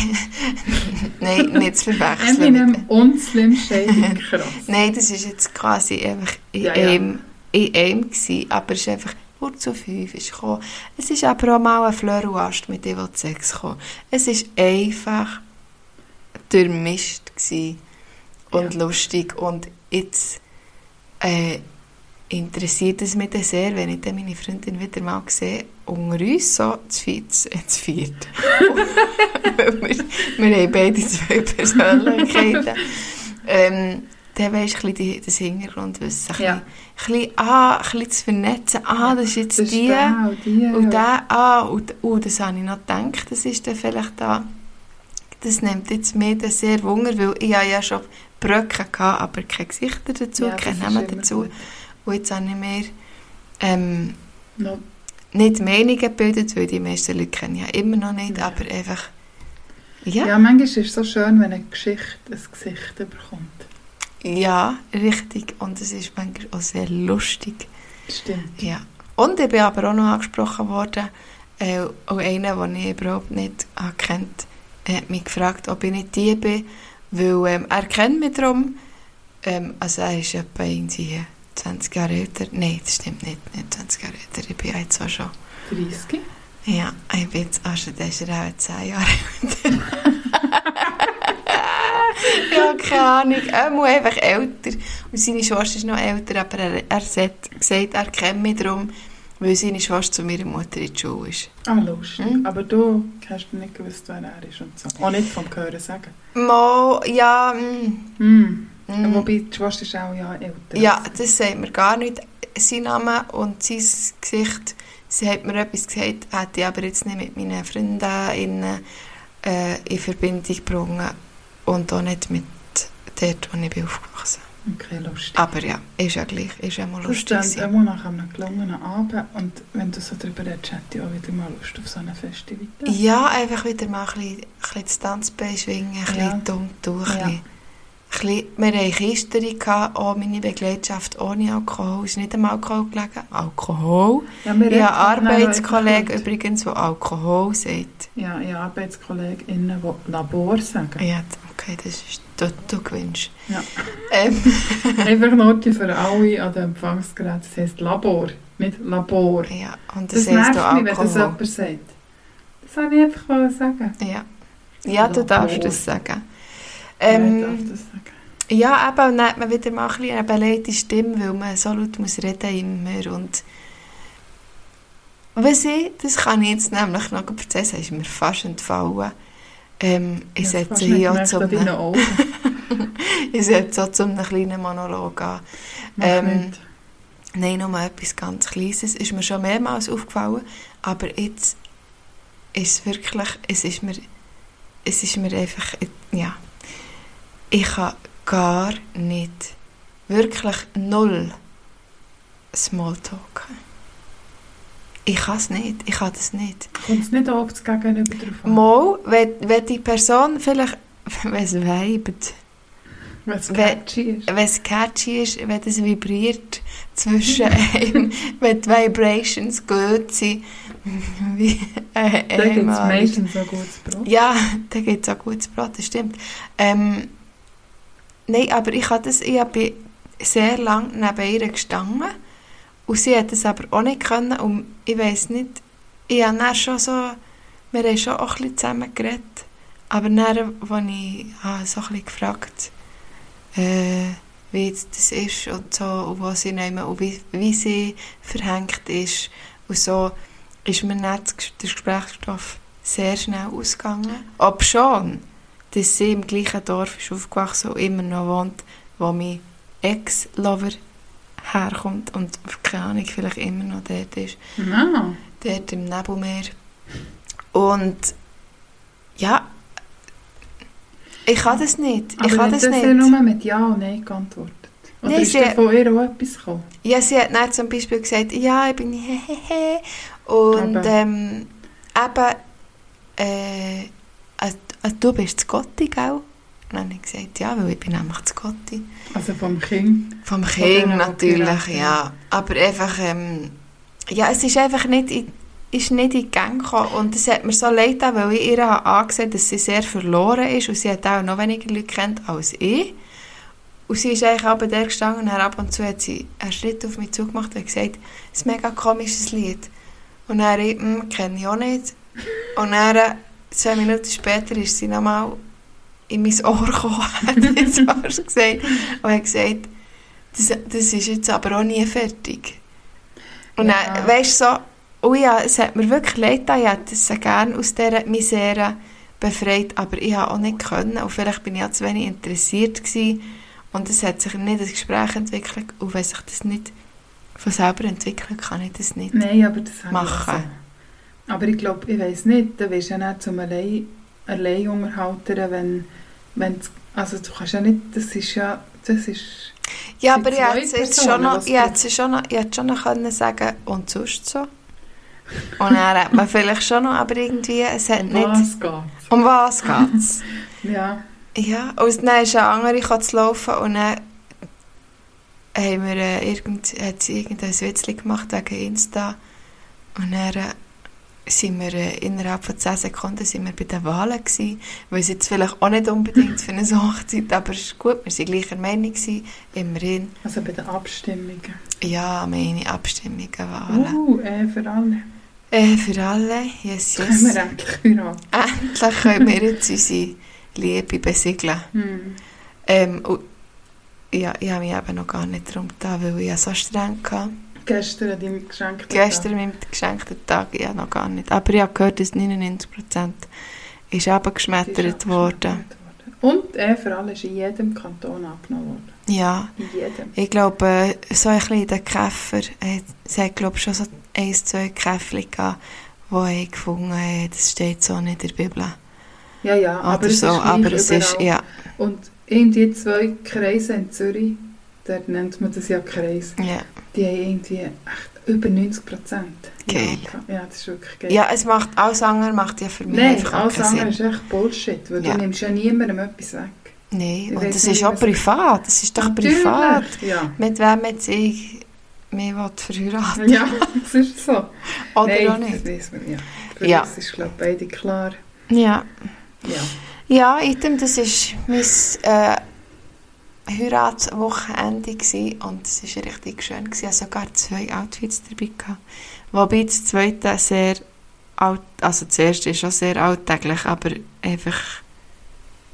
Nein, nicht zu verwechseln.
Eminem und Slim Shady, krass.
Nein, das ist jetzt quasi einfach in
Ja, ja.
einem, in einem gewesen, aber es ist einfach kurz zu fünf ist gekommen. Es ist aber auch mal ein Fleuruast mit Evil 6 gekommen. Es ist einfach durchmischt gewesen und lustig und jetzt äh, interessiert es mich dann sehr, wenn ich dann meine Freundin wieder mal sehe, unter uns so zu viert. Äh, zu viert. Weil wir, wir haben beide zwei Persönlichkeiten. ähm, dann weisst du ein bisschen die- das Hintergrundwissen. Ein,
Ja.
bisschen, ein, bisschen, ah, ein bisschen zu vernetzen. Ah, das ist jetzt
Das ist
die.
genau die.
Und der, ah, und, oh, das habe ich noch gedacht, das ist dann vielleicht da. Das nimmt jetzt mir dann sehr Wunder, weil ich habe ja schon Brücken hatte, aber keine Gesichter dazu,
Ja, das
keine
ist
Namen
immer
dazu.
gut.
Und jetzt habe ich mir ähm,
No,
nicht Meinungen gebildet, weil die meisten Leute kennen ja immer noch nicht,
Ja.
aber einfach,
ja.
ja,
manchmal ist es so schön, wenn eine Geschichte ein Gesicht bekommt.
ja, richtig. Und es ist manchmal auch sehr lustig.
Stimmt.
Ja. Und ich bin aber auch noch angesprochen worden, äh, auch einer, den ich überhaupt nicht kennt, hat mich gefragt, ob ich nicht die bin, weil ähm, er kennt mich darum. Ähm, also er ist etwa irgendwie 20 Jahre älter. Nein, das stimmt nicht, nicht 20 Jahre älter. Ich bin ja jetzt auch schon...
30.
Ja, ich bin jetzt auch schon, der ist ja auch 10 Jahre älter. ja, keine Ahnung, er muss einfach älter. Und seine Schwester ist noch älter, aber er, er hat gesagt, er kennt mich darum, weil seine Schwester zu meiner Mutter in der Schule ist.
Ah, lustig.
Mhm.
Aber du hast nicht gewusst, wer er ist und so. Auch nicht vom Hören sagen.
Mo, ja, mm,
Mhm.
mm,
Wobei, die Schwester ist auch ja älter.
ja, das sagt mir gar nicht. Sein Name und sein Gesicht, sie hat mir etwas gesagt, hätte ich aber jetzt nicht mit meinen Freundinnen äh, in Verbindung gebracht und auch nicht mit dort, wo ich bin aufgewachsen bin.
Okay, lustig.
Aber ja, ist ja gleich, ist ja mal
Das
Ah, lustig.
klingt
gewesen.
immer nach einem gelungenen Abend. Und wenn du so drüber redest, hätte ich auch wieder mal Lust auf so eine feste Weite.
Ja, einfach wieder mal ein bisschen, ein bisschen das Tanzbein schwingen, ein bisschen
Ja.
dumm durch.
Ja.
Ein bisschen, ein bisschen, wir hatten Kisterung, gehabt, auch meine Begleitschaft ohne Alkohol, ist nicht am Alkohol gelegen. Alkohol?
Ja, wir reden
Ich habe
dann auch
Arbeitskollegen
einfach gut.
übrigens, der Alkohol sagt. Ah
Ja, ich habe ArbeitskollegInnen, die Labor sagen.
Ja, okay, das ist du, du gewinnst.
Ja.
Ähm,
Einfach Note für alle an den Empfangsgeräten. Das heisst Labor, nicht Labor.
ja, und das,
Das,
heisst
nervt
auch
mich, wenn das
Alkohol.
jemand sagt. Das wollte ich einfach mal sagen.
Ja. ja, du
Labor.
darfst das sagen.
ich darf
Ähm,
das sagen.
ja, eben, und dann hat man wieder mal ein bisschen eine beleidigte Stimme, weil man so laut muss reden immer. Und was ich, das kann ich jetzt nämlich noch erzählen, das ist mir fast entfallen. Ähm, ich
Ja, fast
setze
nicht
hier auch
gemerkt
zu
an deinen
einem,
Augen.
ich setze auch zu einem kleinen Monolog an.
Mach
Ähm,
nicht.
Nein, nur mal etwas ganz Kleines. Ist mir schon mehrmals aufgefallen, aber jetzt ist es wirklich, es ist mir, es ist mir einfach, ja, ich kann gar nicht, wirklich null Smalltalk. Ich kann es nicht, ich kann das nicht.
Kommt es nicht auch auf das Gegenüber drauf an?
Mal, wenn, wenn die Person vielleicht, wenn es weibt,
Wenn es
Wenn-
catchy ist.
Wenn es catchy ist, wenn es vibriert zwischen einem, wenn die Vibrations gut sind, wie äh,
Da gibt es
einmal.
meistens so gutes Brot.
Ja, da gibt es auch gutes Brot, das stimmt. Ähm, nein, aber ich habe das, ich habe sehr lange neben ihr gestanden und sie hat das aber auch nicht können und ich weiß nicht, ich habe dann schon so, wir haben schon auch ein bisschen zusammen geredet, aber dann, als ich habe so ein bisschen gefragt äh, wie jetzt das ist und so und was sie nehmen und wie, wie sie verhängt ist und so, ist mir dann das Ges- der Gesprächsstoff sehr schnell ausgegangen. Ob schon, dass sie im gleichen Dorf ist aufgewachsen und immer noch wohnt, wo mein Ex-Lover herkommt und keine Ahnung, vielleicht immer noch dort ist.
No.
Dort im Nebelmeer. Und ja, ich kann das nicht.
Aber
ich kann das
das ja
nicht.
nur mit Ja und Nein geantwortet. Oder
Nein,
ist
sie-
da von ihr auch etwas gekommen?
Ja, sie hat dann zum Beispiel gesagt, ja, ich bin hehehe. Und
Eben.
ähm, eben, äh, äh, äh, du bist zu Gotti, gell? Und dann habe ich gesagt, ja, weil ich bin nämlich zu Gotti.
Also vom Kind.
Vom Kind
denen, die
natürlich,
Piraten
ja. Aber einfach, ähm, ja, es ist einfach nicht in, ist nicht in die Gang gekommen. Und es hat mir so leid getan, weil ich ihr habe angesehen dass sie sehr verloren ist und sie hat auch noch weniger Leute kennt als ich. Und sie ist eigentlich auch bei der gestanden und dann ab und zu hat sie einen Schritt auf mich zugemacht und gesagt, es ist ein mega komisches Lied. Und dann, ich, «Hm, kenne ich auch nicht. Und dann, äh, zwei Minuten später, ist sie nochmal in mein Ohr gekommen, hat jetzt fast gesagt, und hat gesagt, das, das ist jetzt aber auch nie fertig. Und
Ja.
dann, weißt du, so, oh ja, es hat mir wirklich leid getan, ich hätte sie gerne aus dieser Misere befreit, aber ich habe auch nicht können und vielleicht bin ich auch zu wenig interessiert gewesen und es hat sich nicht ein Gespräch entwickelt und wenn sich das nicht von selber entwickelt, kann ich das nicht.
Nein, aber das habe
Machen.
ich so. Aber ich glaube, ich weiß nicht, da wirst du ja nicht zum Allein, Alleinunterhalter, wenn, wenn also du kannst ja nicht, das ist ja, das ist,
Ja,
sind
aber ich
zwei
hätte es jetzt
Personen,
schon noch,
was
ich hätte es schon noch, ich hätte schon noch können sagen und sonst so. Und dann hat man vielleicht schon noch, aber irgendwie, es hat
um
Äh, nicht...
was geht.
Um was geht's?
Ja,
ja, und dann ist eine andere gekommen zu laufen und dann haben wir, äh, irgend, hat sie irgendein Witzchen gemacht wegen Insta und dann äh, sind wir äh, innerhalb von 10 Sekunden sind wir bei den Wahlen gewesen, weil es jetzt vielleicht auch nicht unbedingt für eine Hochzeit, aber es ist gut, wir waren gleicher Meinung, gewesen, immerhin.
also bei den Abstimmungen.
Ja, meine Abstimmungen, Wahlen.
Uh, eh, für alle.
Äh, für alle, yes,
Können
yes.
wir eigentlich heiraten.
Endlich können wir jetzt unsere Liebe besiegeln.
Hm.
Ähm, und ja, ich habe mich eben noch gar nicht darum getan, weil ich ja so streng war.
Gestern hat ihm geschenkt.
Gestern mit geschenkten Tag, ja noch gar nicht. Aber ich habe gehört, dass 99% ist
abgeschmettert
abgeschmettert worden.
Und eh, für alle ist in jedem Kanton abgenommen worden.
Ja,
In jedem.
ich glaube, äh, so ein bisschen der Käfer, äh, es hat glaube ich schon so ein, zwei Käfer gehabt, wo ich gefunden habe, das steht so nicht in der Bibel.
Ja, ja, aber
Oder
es
so,
ist, gleich
aber es ist,
überall.
ja,
Und irgendwie zwei Kreise in Zürich, dort nennt man das ja Kreis,
ja.
die haben irgendwie echt über 90 Prozent.
Geil.
Ja, das ist wirklich geil.
Ja, es macht, alles andere macht ja für mich
Nein,
einfach auch
alles
keinen
andere
Sinn.
ist echt Bullshit, weil
Ja.
du nimmst ja niemandem etwas weg.
Nein,
Ich
und
weiss
das
nicht,
ist auch
was-
privat, das ist doch privat.
Natürlich, Ja.
Mit wem jetzt ich mich will verheiraten
Ja, das ist so.
Oder
Nein,
auch nicht.
das weiss man ja. Für
Ja.
das ist, glaube ich, beide klar.
Ja, ja
Ja.
item, das war mein äh, Heiratswochenende gewesen und es war richtig schön. Gewesen. Ich hatte sogar zwei Outfits dabei. Gehabt. Wobei das zweite sehr alt, also das erste ist schon sehr alltäglich, aber einfach,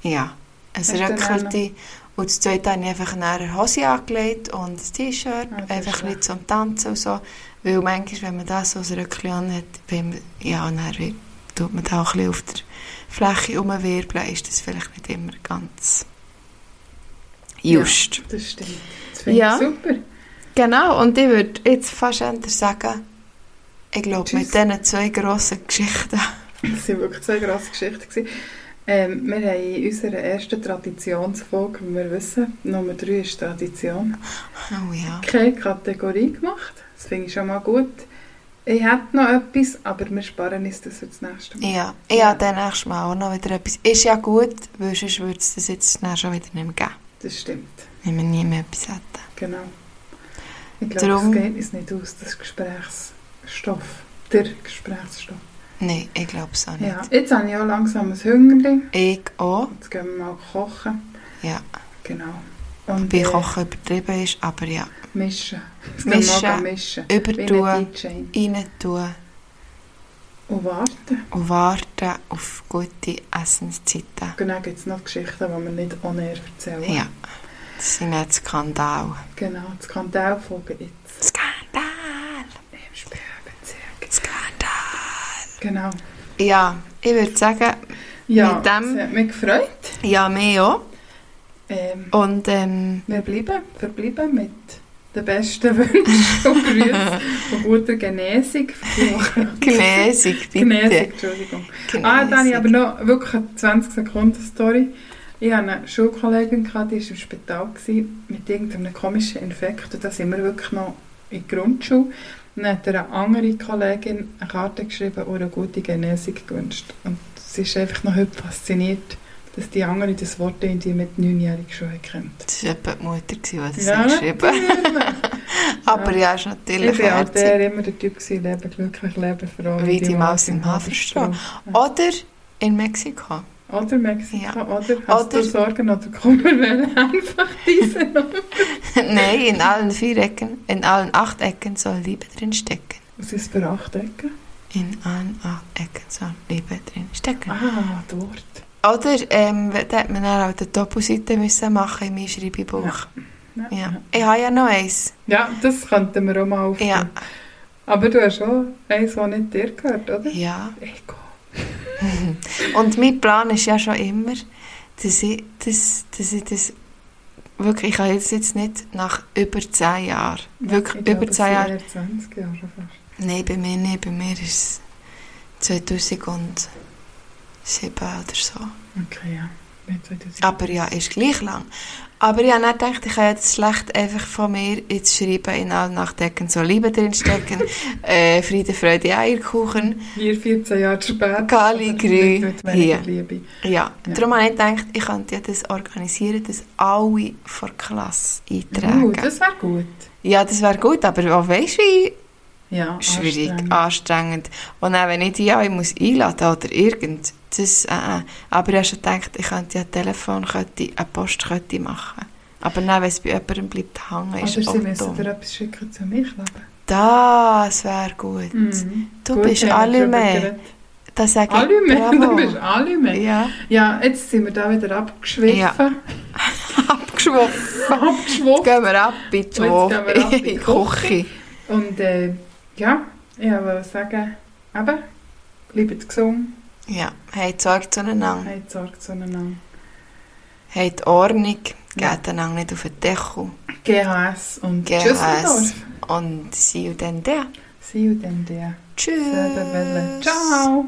ja, ein
Hast du dann
Röckelte. Und das zweite habe ich einfach eine Hose angelegt und ein T-Shirt,
Ah, das ist
einfach
schlecht.
nicht zum Tanzen und so. Weil manchmal, wenn man das so als Röckchen anhat, wenn man, ja, und dann wie- tut man da auch ein bisschen auf der Fläche rumwirbeln, ist das vielleicht nicht immer ganz
Ja.
just.
Das stimmt. Das finde
Ja.
ich super.
Genau, und ich würde jetzt fast eher sagen, ich glaube,
Tschüss.
mit diesen zwei grossen Geschichten
Das waren wirklich zwei krasse Geschichten. gewesen. Ähm, wir haben in unserer ersten Traditionsfolge, wie wir wissen, Nummer 3 ist Tradition,
Oh ja.
keine Kategorie gemacht. Das finde ich schon mal gut. Ich hätte noch etwas, aber wir sparen uns das für das nächste Mal.
Ja, ich
Ja.
habe dann nächstes Mal auch noch wieder etwas. Ist ja gut, weil sonst würde es das jetzt dann schon wieder nicht mehr geben.
Das stimmt.
wenn wir nie mehr etwas hätten.
Genau. Ich glaube,
Darum-
es geht uns nicht aus, das Gesprächsstoff. Der Gesprächsstoff.
Nein, ich glaube es auch nicht.
Ja, jetzt habe ich auch langsam ein Hüngerchen.
Ich auch,
Jetzt gehen wir mal kochen.
Ja.
Genau. Und
wie
äh,
Kochen übertrieben ist, aber ja.
Mischen. Jetzt
Mischen.
gehen wir mal mischen. Wie
Übertun,
ein DJ.
rein tun
Und warten.
und warten auf gute Essenszeiten.
Genau, gibt es noch Geschichten, die wir nicht on air erzählen.
Ja, das sind nicht Skandal.
Genau, das kann der folgen jetzt.
Skandal!
Im Sperrbezirk.
Skandal!
Genau.
Ja, ich würde sagen,
Ja,
Mit dem-
es hat mich gefreut.
ja, mehr auch.
Ähm,
Und ähm,
wir bleiben, verbleiben mit den besten Wünschen und Grüßen und guter Genesung für die Woche.
Genesig,
Genesung,
bitte.
Entschuldigung. Ah, da habe ich aber noch wirklich eine 20 Sekunden Story. Ich hatte eine Schulkollegin, gehabt, die war im Spital gewesen, mit irgendeinem komischen Infekt. Und da sind wir wirklich noch in der Grundschule. Dann hat eine andere Kollegin eine Karte geschrieben und eine gute Genesung gewünscht. Und sie ist einfach noch heute fasziniert, dass die andere das Wort irgendwie mit 9-Jährigen schon kennt.
Das war etwa die Mutter, die das
Ja,
ja, geschrieben hat. Aber ja, ist
Ich
natürlich
war auch
herzig.
der, immer der Typ, gewesen, leben glücklich, leben froh.
Wie die Maus im Hafenstrahl. Oder in Mexiko.
Oder Mexiko,
Ja.
oder hast
Oder-
du Sorgen oder Kummer, wenn einfach diese Nummer.
Nein, in allen vier Ecken, in allen acht Ecken soll Liebe drin stecken.
Was ist für acht Ecken?
In allen acht Ecken soll Liebe drin stecken.
Ah, dort.
Oder ähm, da hat man dann auch die Doppelseite müssen machen in meinem Schreibebuch.
Ja.
Ja. Ich habe ja noch eins.
Ja, das könnten wir auch mal aufnehmen.
Ja.
Aber du hast schon eins, das nicht dir gehört, oder?
ja.
Ego.
Und mein Plan ist ja schon immer, dass ich das, dass ich das wirklich, ich habe jetzt, jetzt nicht nach über zehn Jahren, wirklich
Ich glaube,
über
es
zehn
sind
Jahre,
eher 20 Jahre fast.
Nein, bei mir nicht. Bei mir ist es 2007 oder so.
Okay, ja. Mit 2000.
Aber ja, ist gleich lang. Aber ich habe dann gedacht, ich kann ja das schlecht einfach von mir jetzt schreiben, in allen Nachtdecken so Liebe drinstecken, äh, Friede, Freude, Eierkuchen.
Wir 14 Jahre später.
Gali
aber
Grü.
Mit
Hier.
weniger Liebe.
Ja,
Ja.
darum habe ich gedacht, ich könnte ja das organisieren, dass alle vor der Klasse eintragen.
Uh, das wäre gut.
ja, das wäre gut, aber auch weißt du, wie
Ja,
schwierig, Ah,
anstrengend.
anstrengend. Und auch wenn ich die alle muss einladen oder irgend, das, äh, äh. aber ich habe schon gedacht, ich könnte ja ein Telefon, könnte, eine Post könnte ich machen. Aber nein, wenn es bei jemandem bleibt hängen,
Oder
ist
sie
auch
müssen dir
dumm.
etwas schicken zu mich, leben.
Das wäre gut.
Mhm.
Du
Hm. Gut,
bist
haben wir
alle
darüber
mehr.
geredet.
Das sage ich
Alle mehr, du
bravo.
bist alle mehr.
Ja,
Ja, jetzt sind wir da wieder abgeschwiffen.
Ja. abgeschwommen. Jetzt
Abgeschwuffen.
gehen wir ab in die,
Und jetzt gehen wir ab
Wo- in
in die
die Küche.
Und äh, ja, ich wollte sagen, eben, bleibt gesund,
Ja, habt Sorge zueinander,
habt Sorge zueinander.
habt Ordnung,
Ja.
geht einander nicht auf den Deckel
GHS und
GHS.
Tschüss, Dorf.
und see you dann der.
See you then, dear.
Tschüss.
Selbe Welle. Ciao.